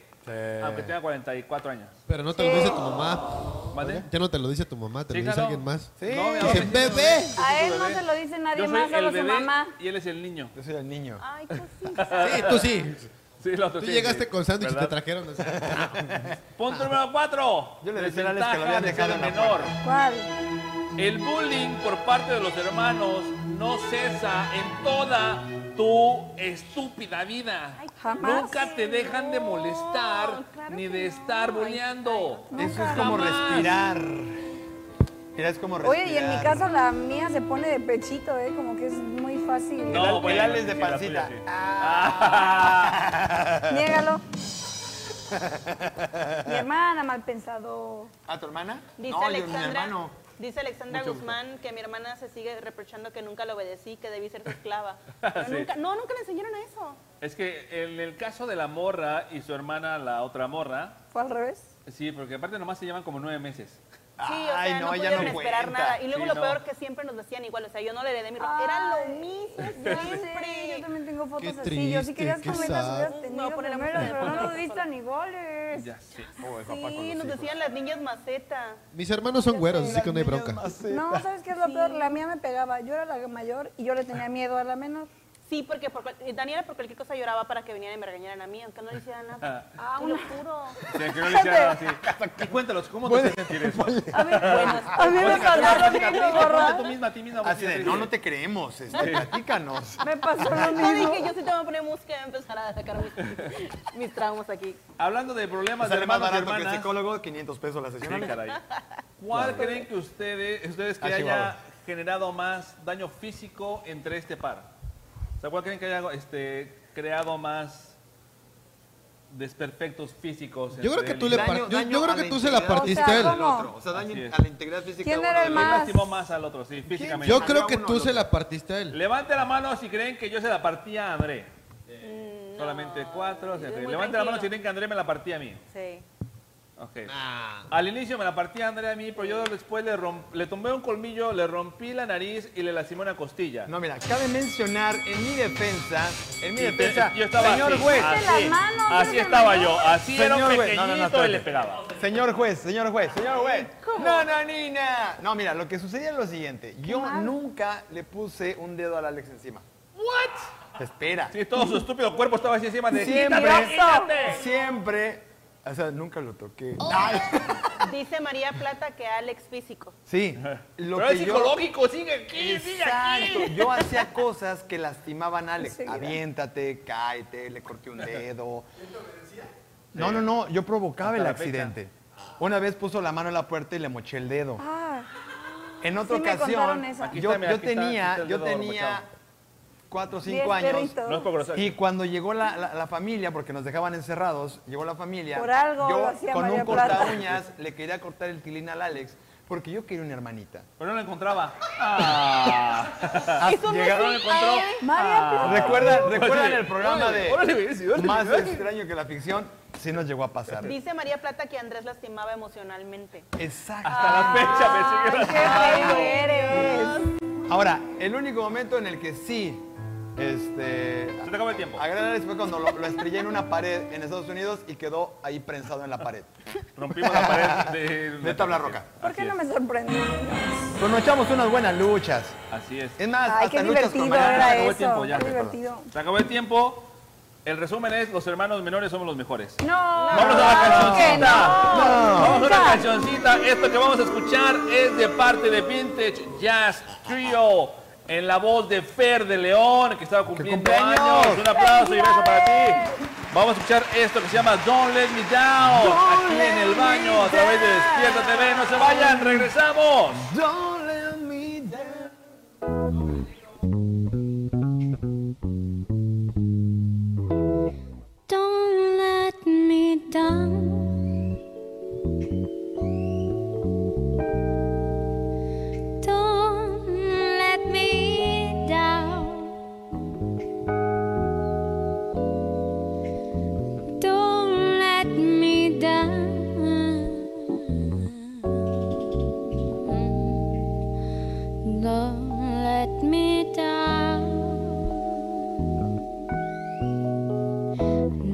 A: aunque tenga 44 años.
E: Pero no te lo dice tu mamá.
A: ¿Vale?
E: Ya no te lo dice tu mamá, te
A: Sí,
E: lo dice
A: claro.
E: alguien más.
A: No, mi amor,
E: Dicen, bebé.
D: A él no se lo dice nadie
A: Yo soy
D: más,
A: el
D: solo su
A: bebé
D: mamá.
A: y él es el niño.
B: Yo soy el niño.
C: Ay, qué
E: Sí, tú sí.
A: Sí, el otro
E: Tú
A: sí,
E: llegaste
A: sí,
E: con sándwich y te
A: ¿verdad?
E: trajeron. así.
A: Punto número 4.
B: Yo le decía a Alex que lo habían dejado en la
A: menor.
D: ¿Cuál?
A: El bullying por parte de los hermanos no cesa en toda tu estúpida vida.
D: Jamás.
A: Nunca te dejan de molestar ni de estar bulleando.
B: Eso es como
A: Jamás.
B: respirar. Mira, es como respirar.
D: Oye, y en mi caso la mía se pone de pechito, ¿eh? Como que es muy fácil.
B: No. el
A: bueno,
B: Alex de
A: sí, la
B: pancita.
A: tuya sí. Ah.
D: Niégalo. mi hermana, mal pensado.
B: ¿A tu hermana?
C: Dice
B: no, yo a mi
C: Alexandra,
B: hermano.
C: dice Alexandra Guzmán que mi hermana se sigue reprochando que nunca lo obedecí, que debí ser su esclava. Pero
A: Sí.
C: nunca, no, nunca le enseñaron a eso.
A: Es que en el caso de la morra y su hermana, la otra morra,
D: ¿Fue al revés?
A: sí, porque aparte nomás se llevan como nueve meses.
C: Sí,
B: Ay,
C: o sea,
B: no,
C: no,
B: ella
C: pudieron
B: no
C: esperar
B: cuenta.
C: nada. Y luego
A: Sí,
C: lo
A: no.
C: peor que siempre nos decían igual, o sea, yo no le heredé mi ropa. Era lo mismo
D: Sí, yo
C: siempre.
D: también tengo fotos
E: Qué
D: así. Yo sí
E: triste,
D: querías
E: qué
D: comer las
E: sad.
D: hubieras
C: No,
D: tenido
C: ponle la
D: primero,
C: música de
D: pero no
C: fondo.
D: lo diste ni goles.
A: Ya sé.
C: Sí, nos decían las niñas maceta.
E: Mis hermanos son güeros, así que no hay bronca.
D: No, ¿sabes qué es lo peor? La mía me pegaba. Yo era la mayor y yo le tenía miedo a la menor.
C: Sí, porque por, cual- eh, Daniela por cualquier cosa lloraba para que vinieran y me regañaran a mí, aunque no le hicieran nada. Ah, un juro.
A: Sí, que no le hicieran así. Y cuéntalos, ¿cómo te hacían sentir eso?
D: A mí, a mí me pasó lo mismo,
A: Ponte
D: gorra.
A: tú misma, a ti misma.
B: Así de,
A: Beatriz.
B: no, no te creemos, este, platícanos.
D: Me pasó lo
C: Yo
D: mismo.
C: dije, yo sí te voy a poner música y voy a empezar a sacar mis, mis traumas aquí.
A: Hablando de
E: Pues
A: problemas de
B: Sale más
A: hermanos y
B: barato que el
A: hermanas.
B: psicólogo, 500 pesos la
A: Sí,
B: sesión. Alex.
A: caray. ¿Cuál creen que ustedes, ustedes que
B: Ah, Chihuahua.
A: haya generado más daño físico entre este par? O sea, ¿cuál creen que haya este, creado más desperfectos físicos?
E: Yo creo
A: entre
E: que tú
A: ellos?
E: le
B: Daño-
E: par- yo,
B: daño
E: yo creo
B: a
E: que
B: la
E: tú se la
B: integridad.
E: partiste
D: O sea,
E: a él.
B: Al otro, o sea,
A: Así
B: daño
A: es.
B: a la integridad física.
D: ¿Quién
B: uno
D: era
B: de
D: el
B: los
A: ¿Quién
D: más?
A: lastimó más al otro? Sí, físicamente.
E: Yo
B: Daño a
E: creo que
B: uno,
E: tú
B: al
E: se la partiste a él.
A: Levante la mano si creen que yo se la partí a André. Solamente cuatro. siete.
C: Mm, muy
A: Levante la mano
C: tranquilo.
A: si creen que André me la partí a mí.
C: Sí.
A: Ok. Al inicio me la partía Andrea a mí, pero yo después le, romp- le tumbé un colmillo, le rompí la nariz y le lastimé una costilla.
B: No, mira, cabe mencionar en mi defensa, en mi
A: Y te-
B: defensa,
A: yo estaba
B: señor
A: así, Ah.
B: juez,
A: así,
D: Las manos,
A: así
D: las
A: estaba
D: manos.
A: yo, así era
B: Señor
A: un
B: juez, no,
A: pequeñito
B: no, no,
A: y le
B: espérate.
A: pegaba.
B: señor juez, señor juez, señor juez. No, no, Nina. No, mira, lo que sucedía es lo siguiente. Yo nunca le puse un dedo al Alex encima. ¿What? Espera.
A: Sí, Oh. todo su estúpido cuerpo estaba así encima de
B: Siempre,
A: ¡Quítate, quítate!
B: siempre
F: O sea, nunca lo toqué.
C: Dice María Plata que Alex físico.
B: Sí. Lo
A: Pero es
B: que yo,
A: psicológico, sigue aquí, sigue aquí.
B: Exacto. Yo hacía cosas que lastimaban a Alex. Aviéntate, cáete, le corté un dedo. No, no, no. Yo provocaba el
A: Hasta la fecha.
B: accidente. Una vez puso la mano en la puerta y le moché el dedo.
D: Ah,
B: En otra
D: Sí me
B: ocasión,
D: contaron esa.
A: Aquí
B: yo,
A: está, mira,
B: yo
A: aquí está, aquí
B: tenía,
A: está el
B: yo
A: dedo
B: tenía
A: mochado.
B: cuatro o
D: diez
B: cinco años.
D: perritos.
A: No es por grosero.
B: Y cuando llegó la, la- la familia, porque nos dejaban encerrados, llegó la familia.
D: Por algo
B: yo
D: lo hacía
B: con
D: María
B: un corta
D: Plata.
B: uñas le quería cortar el tilín al Alex, porque yo quería una hermanita.
A: Pero no lo encontraba. Ah.
C: Hizo un
A: Llegaron,
C: mesías.
A: encontró.
D: María
B: Ah,
D: Plata.
B: ¿Recuerdan,
A: Órale,
B: ¿recuerdan el programa de
A: órale, güey, sí, órale,
B: Más
A: órale.
B: extraño que la ficción? Sí nos llegó a pasar.
C: Dice María Plata que Andrés lastimaba emocionalmente.
B: Exacto.
A: Hasta la fecha me sigue
D: Ay, qué feo eres.
B: Ahora, el único momento en el que sí, este...
A: Se te acabó el tiempo.
B: Agradar fue cuando lo, lo estrellé en una pared en Estados Unidos y quedó ahí prensado en la pared.
A: Rompimos la pared de,
B: De tabla roca.
D: ¿Por qué no me sorprendí?
B: Pues nos echamos unas buenas luchas.
A: Así es.
B: Es más,
D: Ay,
B: hasta
D: qué
B: luchas con
D: divertido
A: Se acabó
B: Mariana.
D: era
A: el tiempo,
D: eso.
A: ya,
D: Qué
A: perdón.
D: divertido.
A: Se acabó el tiempo. El resumen es, los hermanos menores somos los mejores.
D: No,
A: Vamos a la
D: claro que
A: cancioncita.
D: no.
A: Vamos a
D: Nunca.
A: una cancioncita. Esto que vamos a escuchar es de parte de Vintage Jazz Trio. En la voz de Fer de León, que estaba cumpliendo
B: cumpleaños!
A: años. Un aplauso y beso para ti.
D: ¡Felicidades!
A: Vamos a escuchar esto que se llama Don't Let Me Down. aquí en el baño, a través de Despierta TV. No se vayan, regresamos.
B: Don't let me down.
J: Don't let me down. Don't let me down. Don't let me down. Don't let me down.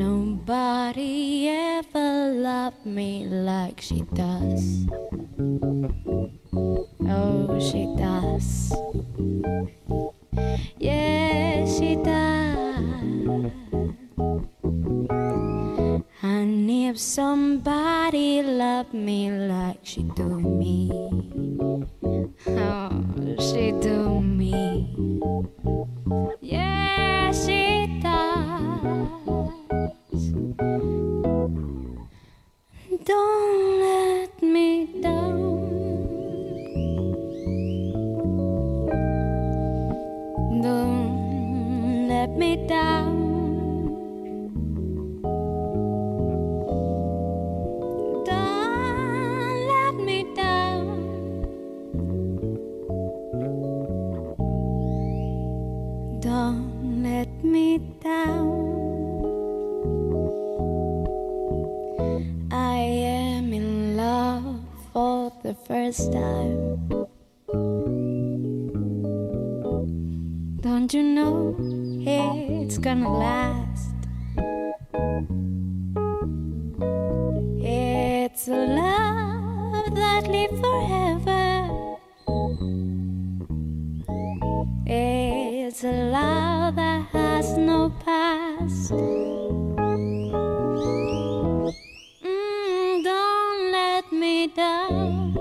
J: Nobody ever loved me like she does. Oh, she does. Yeah, she does. And if somebody loved me like she do me, oh, she do me. Yeah, she does. Don't let me down. Don't let me down. Don't let me down. Don't let me down. I am in love for the first time. Don't you know it's gonna last? It's a love that lives forever. It's a love that has no past. Mm, don't let me down.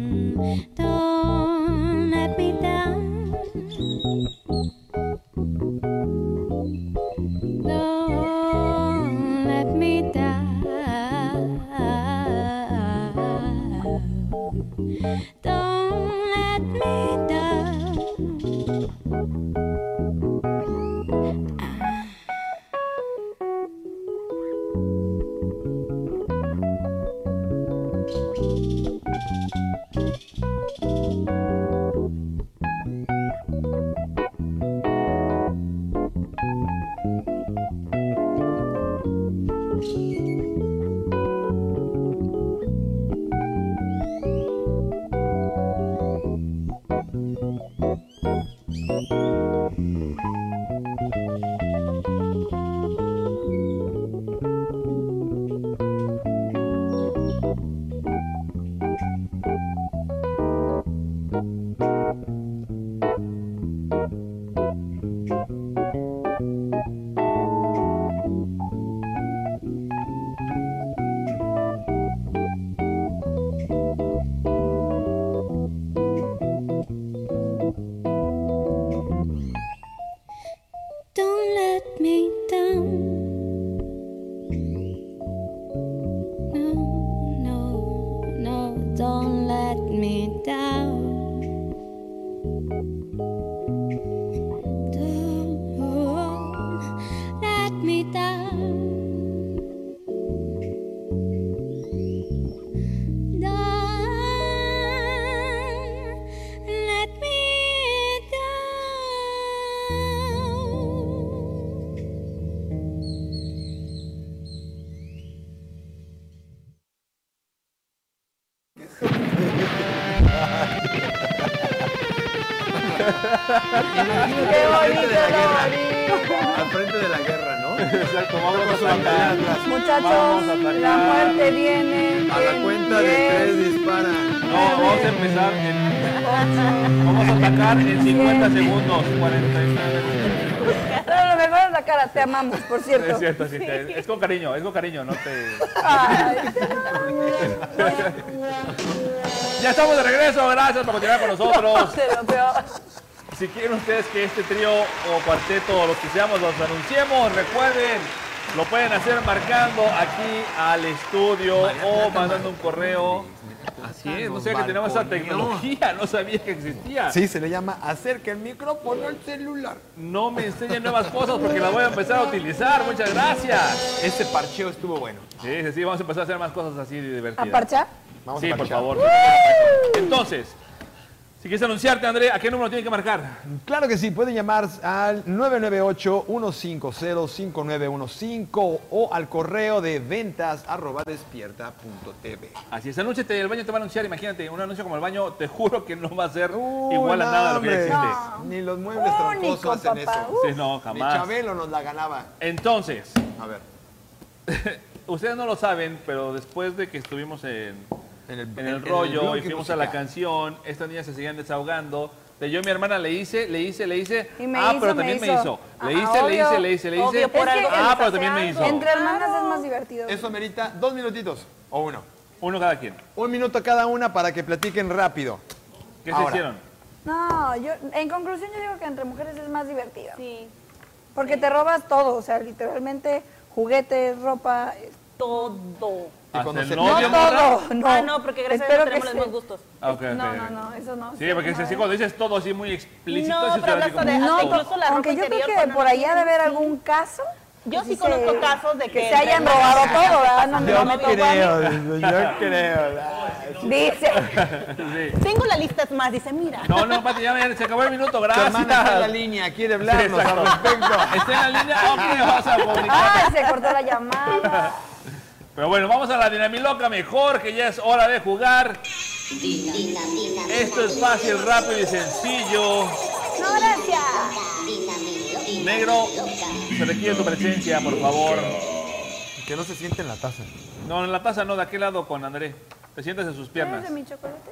J: Mm, don't let me down. Don't let me down. Don't let me down.
B: Al frente
C: Qué
B: de la guerra.
C: bonito,
B: Al frente de la guerra, ¿no?
A: Exacto, vamos a atacar.
D: Muchachos,
A: Vamos a atacar.
D: la muerte viene.
B: A la
D: viene,
B: cuenta de tres
D: viene.
B: disparan.
A: No, vamos a empezar en... Vamos a atacar en 50 segundos. 49 segundos.
D: Pero lo mejor es la cara, te amamos, por
A: Es
D: cierto.
A: cierto, sí, te- es con cariño, es con cariño, no te...
D: Ay,
A: Ya estamos de regreso, gracias por continuar con nosotros.
D: de lo peor.
A: Si quieren ustedes que este trío o cuarteto o los que seamos los anunciemos, recuerden, lo pueden hacer marcando aquí al estudio o mandando un correo. Así es, no sabía que tenemos esa tecnología, no sabía que existía.
B: Sí, se le llama acerca el micrófono al celular.
A: No me enseñen nuevas cosas porque las voy a empezar a utilizar, muchas gracias.
B: Este parcheo estuvo bueno.
A: Sí, sí, sí, vamos a empezar a hacer más cosas así divertidas.
D: ¿A parchar?
B: Vamos
A: Sí,
B: a
A: por
B: parchear.
A: favor. Entonces, si quieres anunciarte, André, ¿a qué número tienen que marcar?
B: Claro que sí, pueden llamar al 998-150-5915 o al correo de ventas arroba despierta.tv.
A: Así es, anúnciate, el baño te va a anunciar, imagínate, un anuncio como el baño, te juro que no va a ser
B: Uy,
A: igual a
B: no,
A: nada de lo que ya
B: hombre.
A: existe.
B: Ni los muebles
D: Único,
B: tramposos hacen
D: papá,
B: eso.
D: uh.
A: Sí, no,
B: Ni
A: jamás.
B: Chabelo nos la ganaba.
A: Entonces,
B: A ver,
A: ustedes no lo saben, pero después de que estuvimos en,
B: en el,
A: en el rollo
B: bloque
A: y fuimos a la
B: musical.
A: canción, estas niñas se seguían desahogando. De yo y mi hermana le hice, le hice, le hice.
D: Y me
A: ah,
D: hizo,
A: pero
D: me
A: también me
D: hizo.
A: hizo. Le
D: Ah,
A: hice, le hice,
D: obvio.
A: le hice, le
C: Obvio,
A: hice.
C: por algo que
A: ah,
C: les
A: pero
C: hace
A: también me hizo.
C: algo.
D: Entre hermanas es más divertido.
B: Eso merita dos minutitos o uno.
A: Uno cada quien.
B: Un minuto cada una para que platiquen rápido.
A: ¿Qué
B: Ahora.
A: se hicieron?
D: No, yo, en conclusión yo digo que entre mujeres es más divertido.
C: Sí,
D: Porque te robas todo, o sea, literalmente juguetes, ropa. eh,
C: todo.
B: Y cuando
A: Hasta el
B: se-
D: No
A: novio, morra.
D: todo, no.
C: Ah, no, porque gracias
D: Espero
C: a Dios no tenemos
D: que
C: los mismos
D: sí.
C: gustos.
A: Ah, ok, ok,
D: No, no,
A: ok.
D: no, eso no.
A: Sí, porque es así, cuando dices todo así muy explícito.
C: No,
A: sí,
C: pero
A: ustedes así
C: hablas con
A: como-
C: el-
D: No,
C: Hasta incluso la ropa
D: aunque yo
C: interior
D: creo que
C: cuando no
D: por allá
C: tienen,
D: debe haber algún caso.
C: Yo
D: que
C: sí
D: se-
C: conozco casos de que
D: se hayan
C: entre
D: robado
C: hermanas
D: todo, ¿verdad? No,
C: Yo
D: no, me tocó a mí.
B: yo creo.
D: Dice,
A: Sí.
C: Tengo la lista es más, dice, mira.
A: No, no, Pati, ya me- se acabó el minuto,
B: Tu
A: gracias.
B: hermana está en la línea, quiere hablarnos
A: exacto.
B: al respecto.
A: Está en la línea, ok, vamos a comunicar.
D: ay, se cortó la llamada.
A: Pero bueno, vamos a la dinamiloca mejor, que ya es hora de jugar. Esto es fácil, rápido y sencillo.
D: No, gracias.
A: Negro, se requiere tu presencia, por favor.
B: Que no se siente en la taza.
A: No, en la taza no, de aquel lado con André. Te sientas en sus
D: ¿Quieres
A: piernas.
D: de mi chocolate?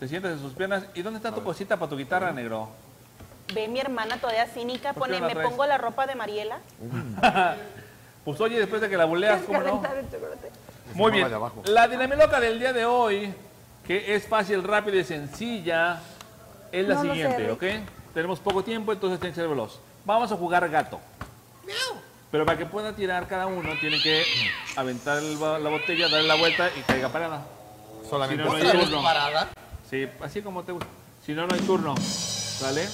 A: Te sientas en sus piernas. ¿Y dónde está tu cosita para tu guitarra, negro?
C: Ve mi hermana todavía cínica,
A: ¿Por qué no
C: pone,
A: la
C: me
A: traes?
C: pongo la ropa de Mariela.
A: Pues oye, después de que la buleas,
D: ¿Quieres
A: ¿cómo no?
D: calentar el chocolate?
A: Muy
B: Se
A: bien.
B: mueva de abajo.
A: La dinamiloca del día de hoy, que es fácil, rápida y sencilla, es la
D: No lo sé,
A: siguiente,
D: Rick.
A: ¿ok? Tenemos poco tiempo, entonces tienen que ser veloz. Vamos a jugar gato. Pero para que pueda tirar cada uno, tiene que aventar el ba- la botella, darle la vuelta y caiga parada. Si
B: Solamente
A: no, no hay turno. Sí, así como te gusta. Si no, no hay turno. ¿Vale?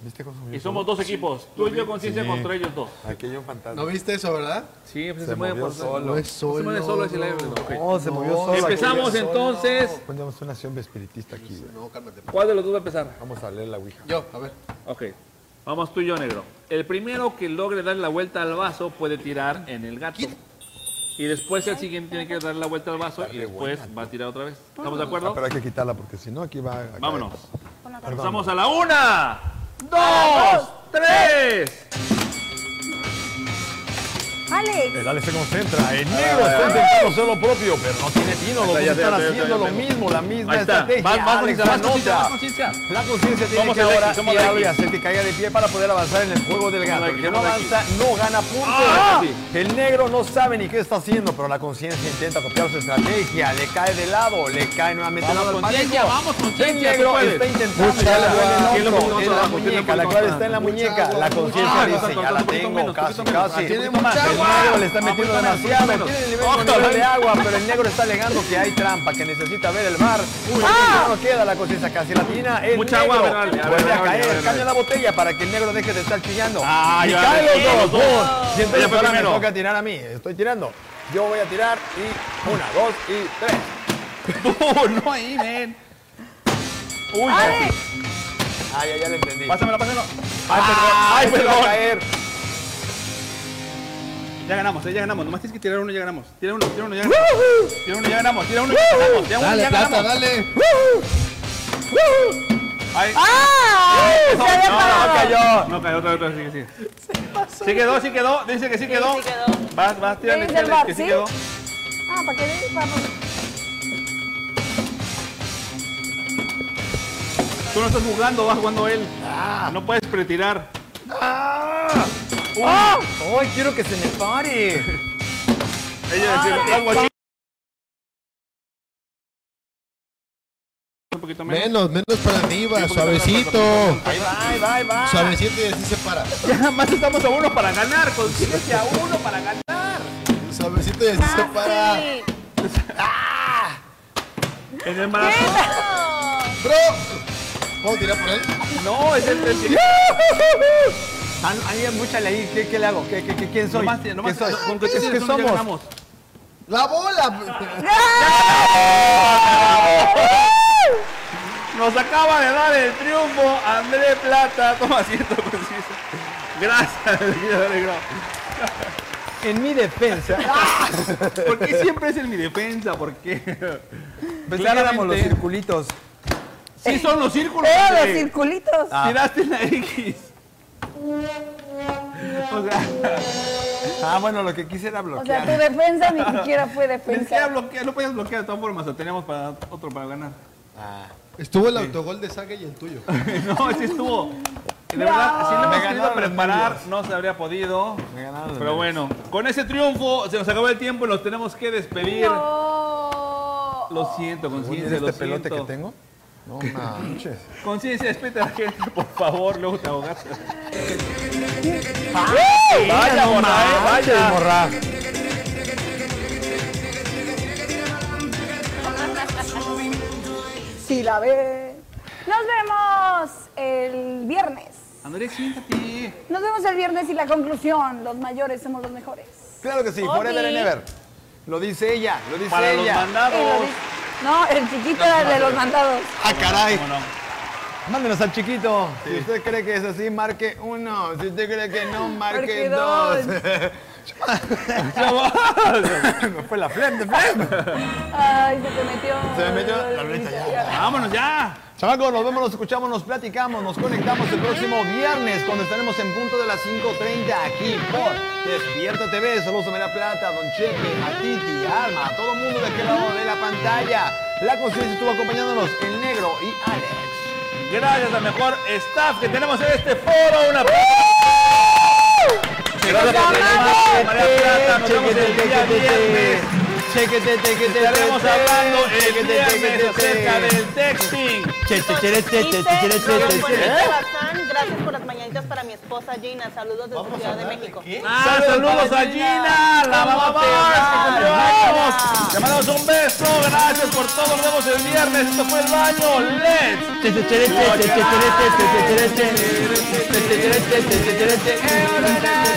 B: ¿Viste cómo
A: Y somos dos equipos. Tú y yo con ciencia
B: Sí.
A: contra ellos dos.
B: Aquí hay un fantasma.
E: ¿No viste eso, verdad?
A: Sí, pues
B: Se movió solo.
E: es
A: Se mueve solo, así la- ok.
F: No, se movió solo.
A: Empezamos entonces.
B: Ponemos una acción espiritista aquí. güey.
E: No, cálmate.
A: ¿Cuál de los dos va a empezar?
B: Vamos a leer la Ouija.
E: Yo, a ver.
A: Ok. Vamos tú y yo, negro. El primero que logre dar la vuelta al vaso puede tirar en el gato. Y después el siguiente tiene que dar la vuelta al vaso y después va a tirar otra vez. ¿Estamos de
F: Ah,
A: acuerdo?
F: pero hay que quitarla porque si no aquí va. a caer.
A: Vámonos. Empezamos a la una, dos, tres.
D: Alex,
F: El Ale se concentra. El negro está intentando hacer lo propio, pero no tiene tino.
B: Los
A: Ahí está, ya tengo,
B: dos están
A: ya
B: haciendo
A: tengo,
B: lo
A: ya tengo.
B: mismo, la misma
A: Ahí está.
B: estrategia.
A: Más, más
B: Alex
A: conciencia, más conciencia,
B: anota.
A: más conciencia.
B: La conciencia tiene
A: Somos
B: que
A: el X,
B: ahora
A: somos el
B: tirarle y
A: X.
B: hacer que caiga de pie para poder avanzar en el juego del gato.
A: el
B: El
A: X,
B: que no
A: somos el X.
B: avanza no gana puntos.
A: Ah.
B: El negro no sabe ni qué está haciendo, pero la conciencia intenta copiar su estrategia. Le cae de lado, le cae nuevamente
A: Vamos,
B: al lado al
A: conciencia,
B: parejo.
A: vamos, conciencia,
B: El
A: tú
B: negro
A: puedes.
B: está intentando
A: Mucha
B: echarle
A: agua.
B: la
A: ¿Quién lo
B: en
A: puso?
B: en la
A: Trabajo, ¿quién lo
B: muñeca. La
A: puso?
B: clave está en la muñeca. La conciencia
A: Ah,
B: dice,
A: poquito
B: ya la
A: menos, poquito
B: tengo,
A: menos,
B: casi,
A: poquito menos.
B: casi.
A: Ah,
B: El
A: tiene mucha agua.
B: negro le está
A: Ah,
B: metiendo
A: poquito menos, poquito
B: demasiado.
A: menos.
B: Tiene el nivel
A: Ojo,
B: control de
A: ven.
B: agua, pero el negro está alegando que hay trampa, que necesita ver el mar. Uy, ya no queda la conciencia casi latina. El
A: Mucha agua,
B: negro
A: Bernal. A ver,
B: vuelve a
A: Bernal, a ver,
B: caer.
A: Bernal.
B: Cambia la botella para que el negro deje de estar chillando.
A: Ah,
B: y
A: ya,
B: caen
A: ya, ya,
B: los dos.
A: ya.
B: dos. Y entonces
A: Ella fue
B: ahora me
A: primero.
B: toca tirar a mí. Estoy tirando. Yo voy a tirar y una, dos y tres.
A: No, no ahí, men. Uy,
D: Alex,
B: Ah, ya, ya lo entendí.
A: pásamelo, pásamelo.
B: Ah,
A: Ay,
B: se va
A: perdón.
B: a caer.
A: Ya ganamos, eh, ya ganamos. Nomás tienes que tirar uno, ya ganamos. Tira uno, tira uno, ya ganamos. Tira uno, ya ganamos. Tira uno, ya ganamos. Tira uno,
E: Dale,
A: ya ganamos.
E: plata, dale.
A: Ay.
J: 啊
D: ¡Ah!
A: 哎
D: Se había parado.
A: cayó. No cayó, otra vez, otra vez, sigue, sigue. Sí quedó, sí quedó. Dice que sí quedó.
C: sí quedó.
A: Vas, vas, tírale,
D: Sí, dice el
A: tírale, que
D: bar,
A: sí
D: ¿sí?
A: quedó.
D: Ah, ¿para qué? Vamos.
A: Tú no estás jugando, vas jugando él. No puedes pretirar.
B: ¡Ay, quiero que se me pare!
A: Ella decía, algo así. Un poquito menos.
E: Menos, menos para arriba, suavecito.
B: Ahí va, ahí va, ahí va.
E: Suavecito y así se para.
A: Ya más estamos a uno para ganar. Consíguete a uno para ganar.
E: Suavecito y así se
D: Ah.
E: para.
C: Sí.
A: En el maratón.
E: Bro, ¿puedo tirar por él?
A: No, es el, el que-
B: Ah, no, Hay mucha ley. ¿Qué, ¿Qué le hago? ¿Qué, qué, qué, quién soy?
A: Nomás- nomás-
B: ¿Qué soy?
A: con que
B: Es
A: tienes
B: que
A: uno ya
B: somos?
A: ganamos.
E: ¡La bola!
A: Nos acaba de dar el triunfo André Plata. Toma asiento, conciso. Gracias, querido André Grau.
B: En mi defensa,
A: ¿Por qué siempre es en mi defensa? ¿Por qué?
B: pues ya éramos los Eh,
A: Claramente.
B: circulitos.
A: Sí, son los círculos.
D: Veo los
A: André.
D: circulitos.
B: Ah.
A: Tiraste la X. O sea,
B: Ah, bueno, lo que quise era
D: O sea,
B: bloquear.
D: tu defensa ni siquiera fue
A: ni siquiera
D: defensa.
A: bloquea, no podías bloquear de todas formas. o Teníamos para otro para ganar.
E: Estuvo el autogol de Saga y el tuyo.
A: No, sí estuvo. De verdad, si no
B: Me
A: hemos
B: ganaron
A: querido
B: los
A: preparar,
B: nervios.
A: no se habría podido.
B: Me ganaron los
A: Pero bueno, con ese triunfo se nos acabó el tiempo y nos tenemos que despedir.
D: No.
A: Lo siento,
F: Oye,
A: conciencia,
F: ¿era
A: lo
F: este pelote que
A: siento.
F: tengo? No manches.
A: Conciencia, respeta a la gente, por favor, luego te ahogas.
F: Vaya, morra,
A: eh, vaya.
F: morra.
D: Si la ve. Nos vemos el viernes.
A: Andrés, siéntate.
D: Nos vemos el viernes y la conclusión, los mayores somos los mejores.
B: Claro que sí, forever and ever. Lo dice ella, lo dice
A: Para los
B: ella.
D: Y lo
B: Oh.
A: mandados.
D: di- No, el chiquito era el de los mandados.
E: ¡Ah, caray!
A: ¿Cómo no?
B: Mándenos al chiquito. Si usted cree que es así, marque uno. Si usted cree que no, marque
D: Marque
B: dos.
D: dos.
B: Me fue la flem de flem.
D: Ay, se te metió.
B: Se me metió la luneta ya.
A: Vámonos ya.
B: Chamacos, nos vemos, nos escuchamos, nos platicamos, nos conectamos el próximo viernes cuando estaremos en punto de las 5.30 aquí por Despierta TV. Saludos a María Plata, a Don Chepe, a Titi, a Alma, a todo mundo de aquel lado de la pantalla. La conciencia estuvo acompañándonos, el negro y Alex.
A: Gracias al mejor staff que tenemos en este foro. Una Gracias a María Plata. Nos vemos el día viernes. Estaremos hablando el viernes acerca del texting.
C: Dice Raúl Juanito Bazán, Gracias por las mañanitas para mi esposa Gina. Saludos desde Ciudad de México.
A: Ah, saludos a Gina, la mamá Vamos. Le mandamos un beso. Gracias por todo. Nos vemos el viernes. Esto fue el baño. Let's.
B: Chequete,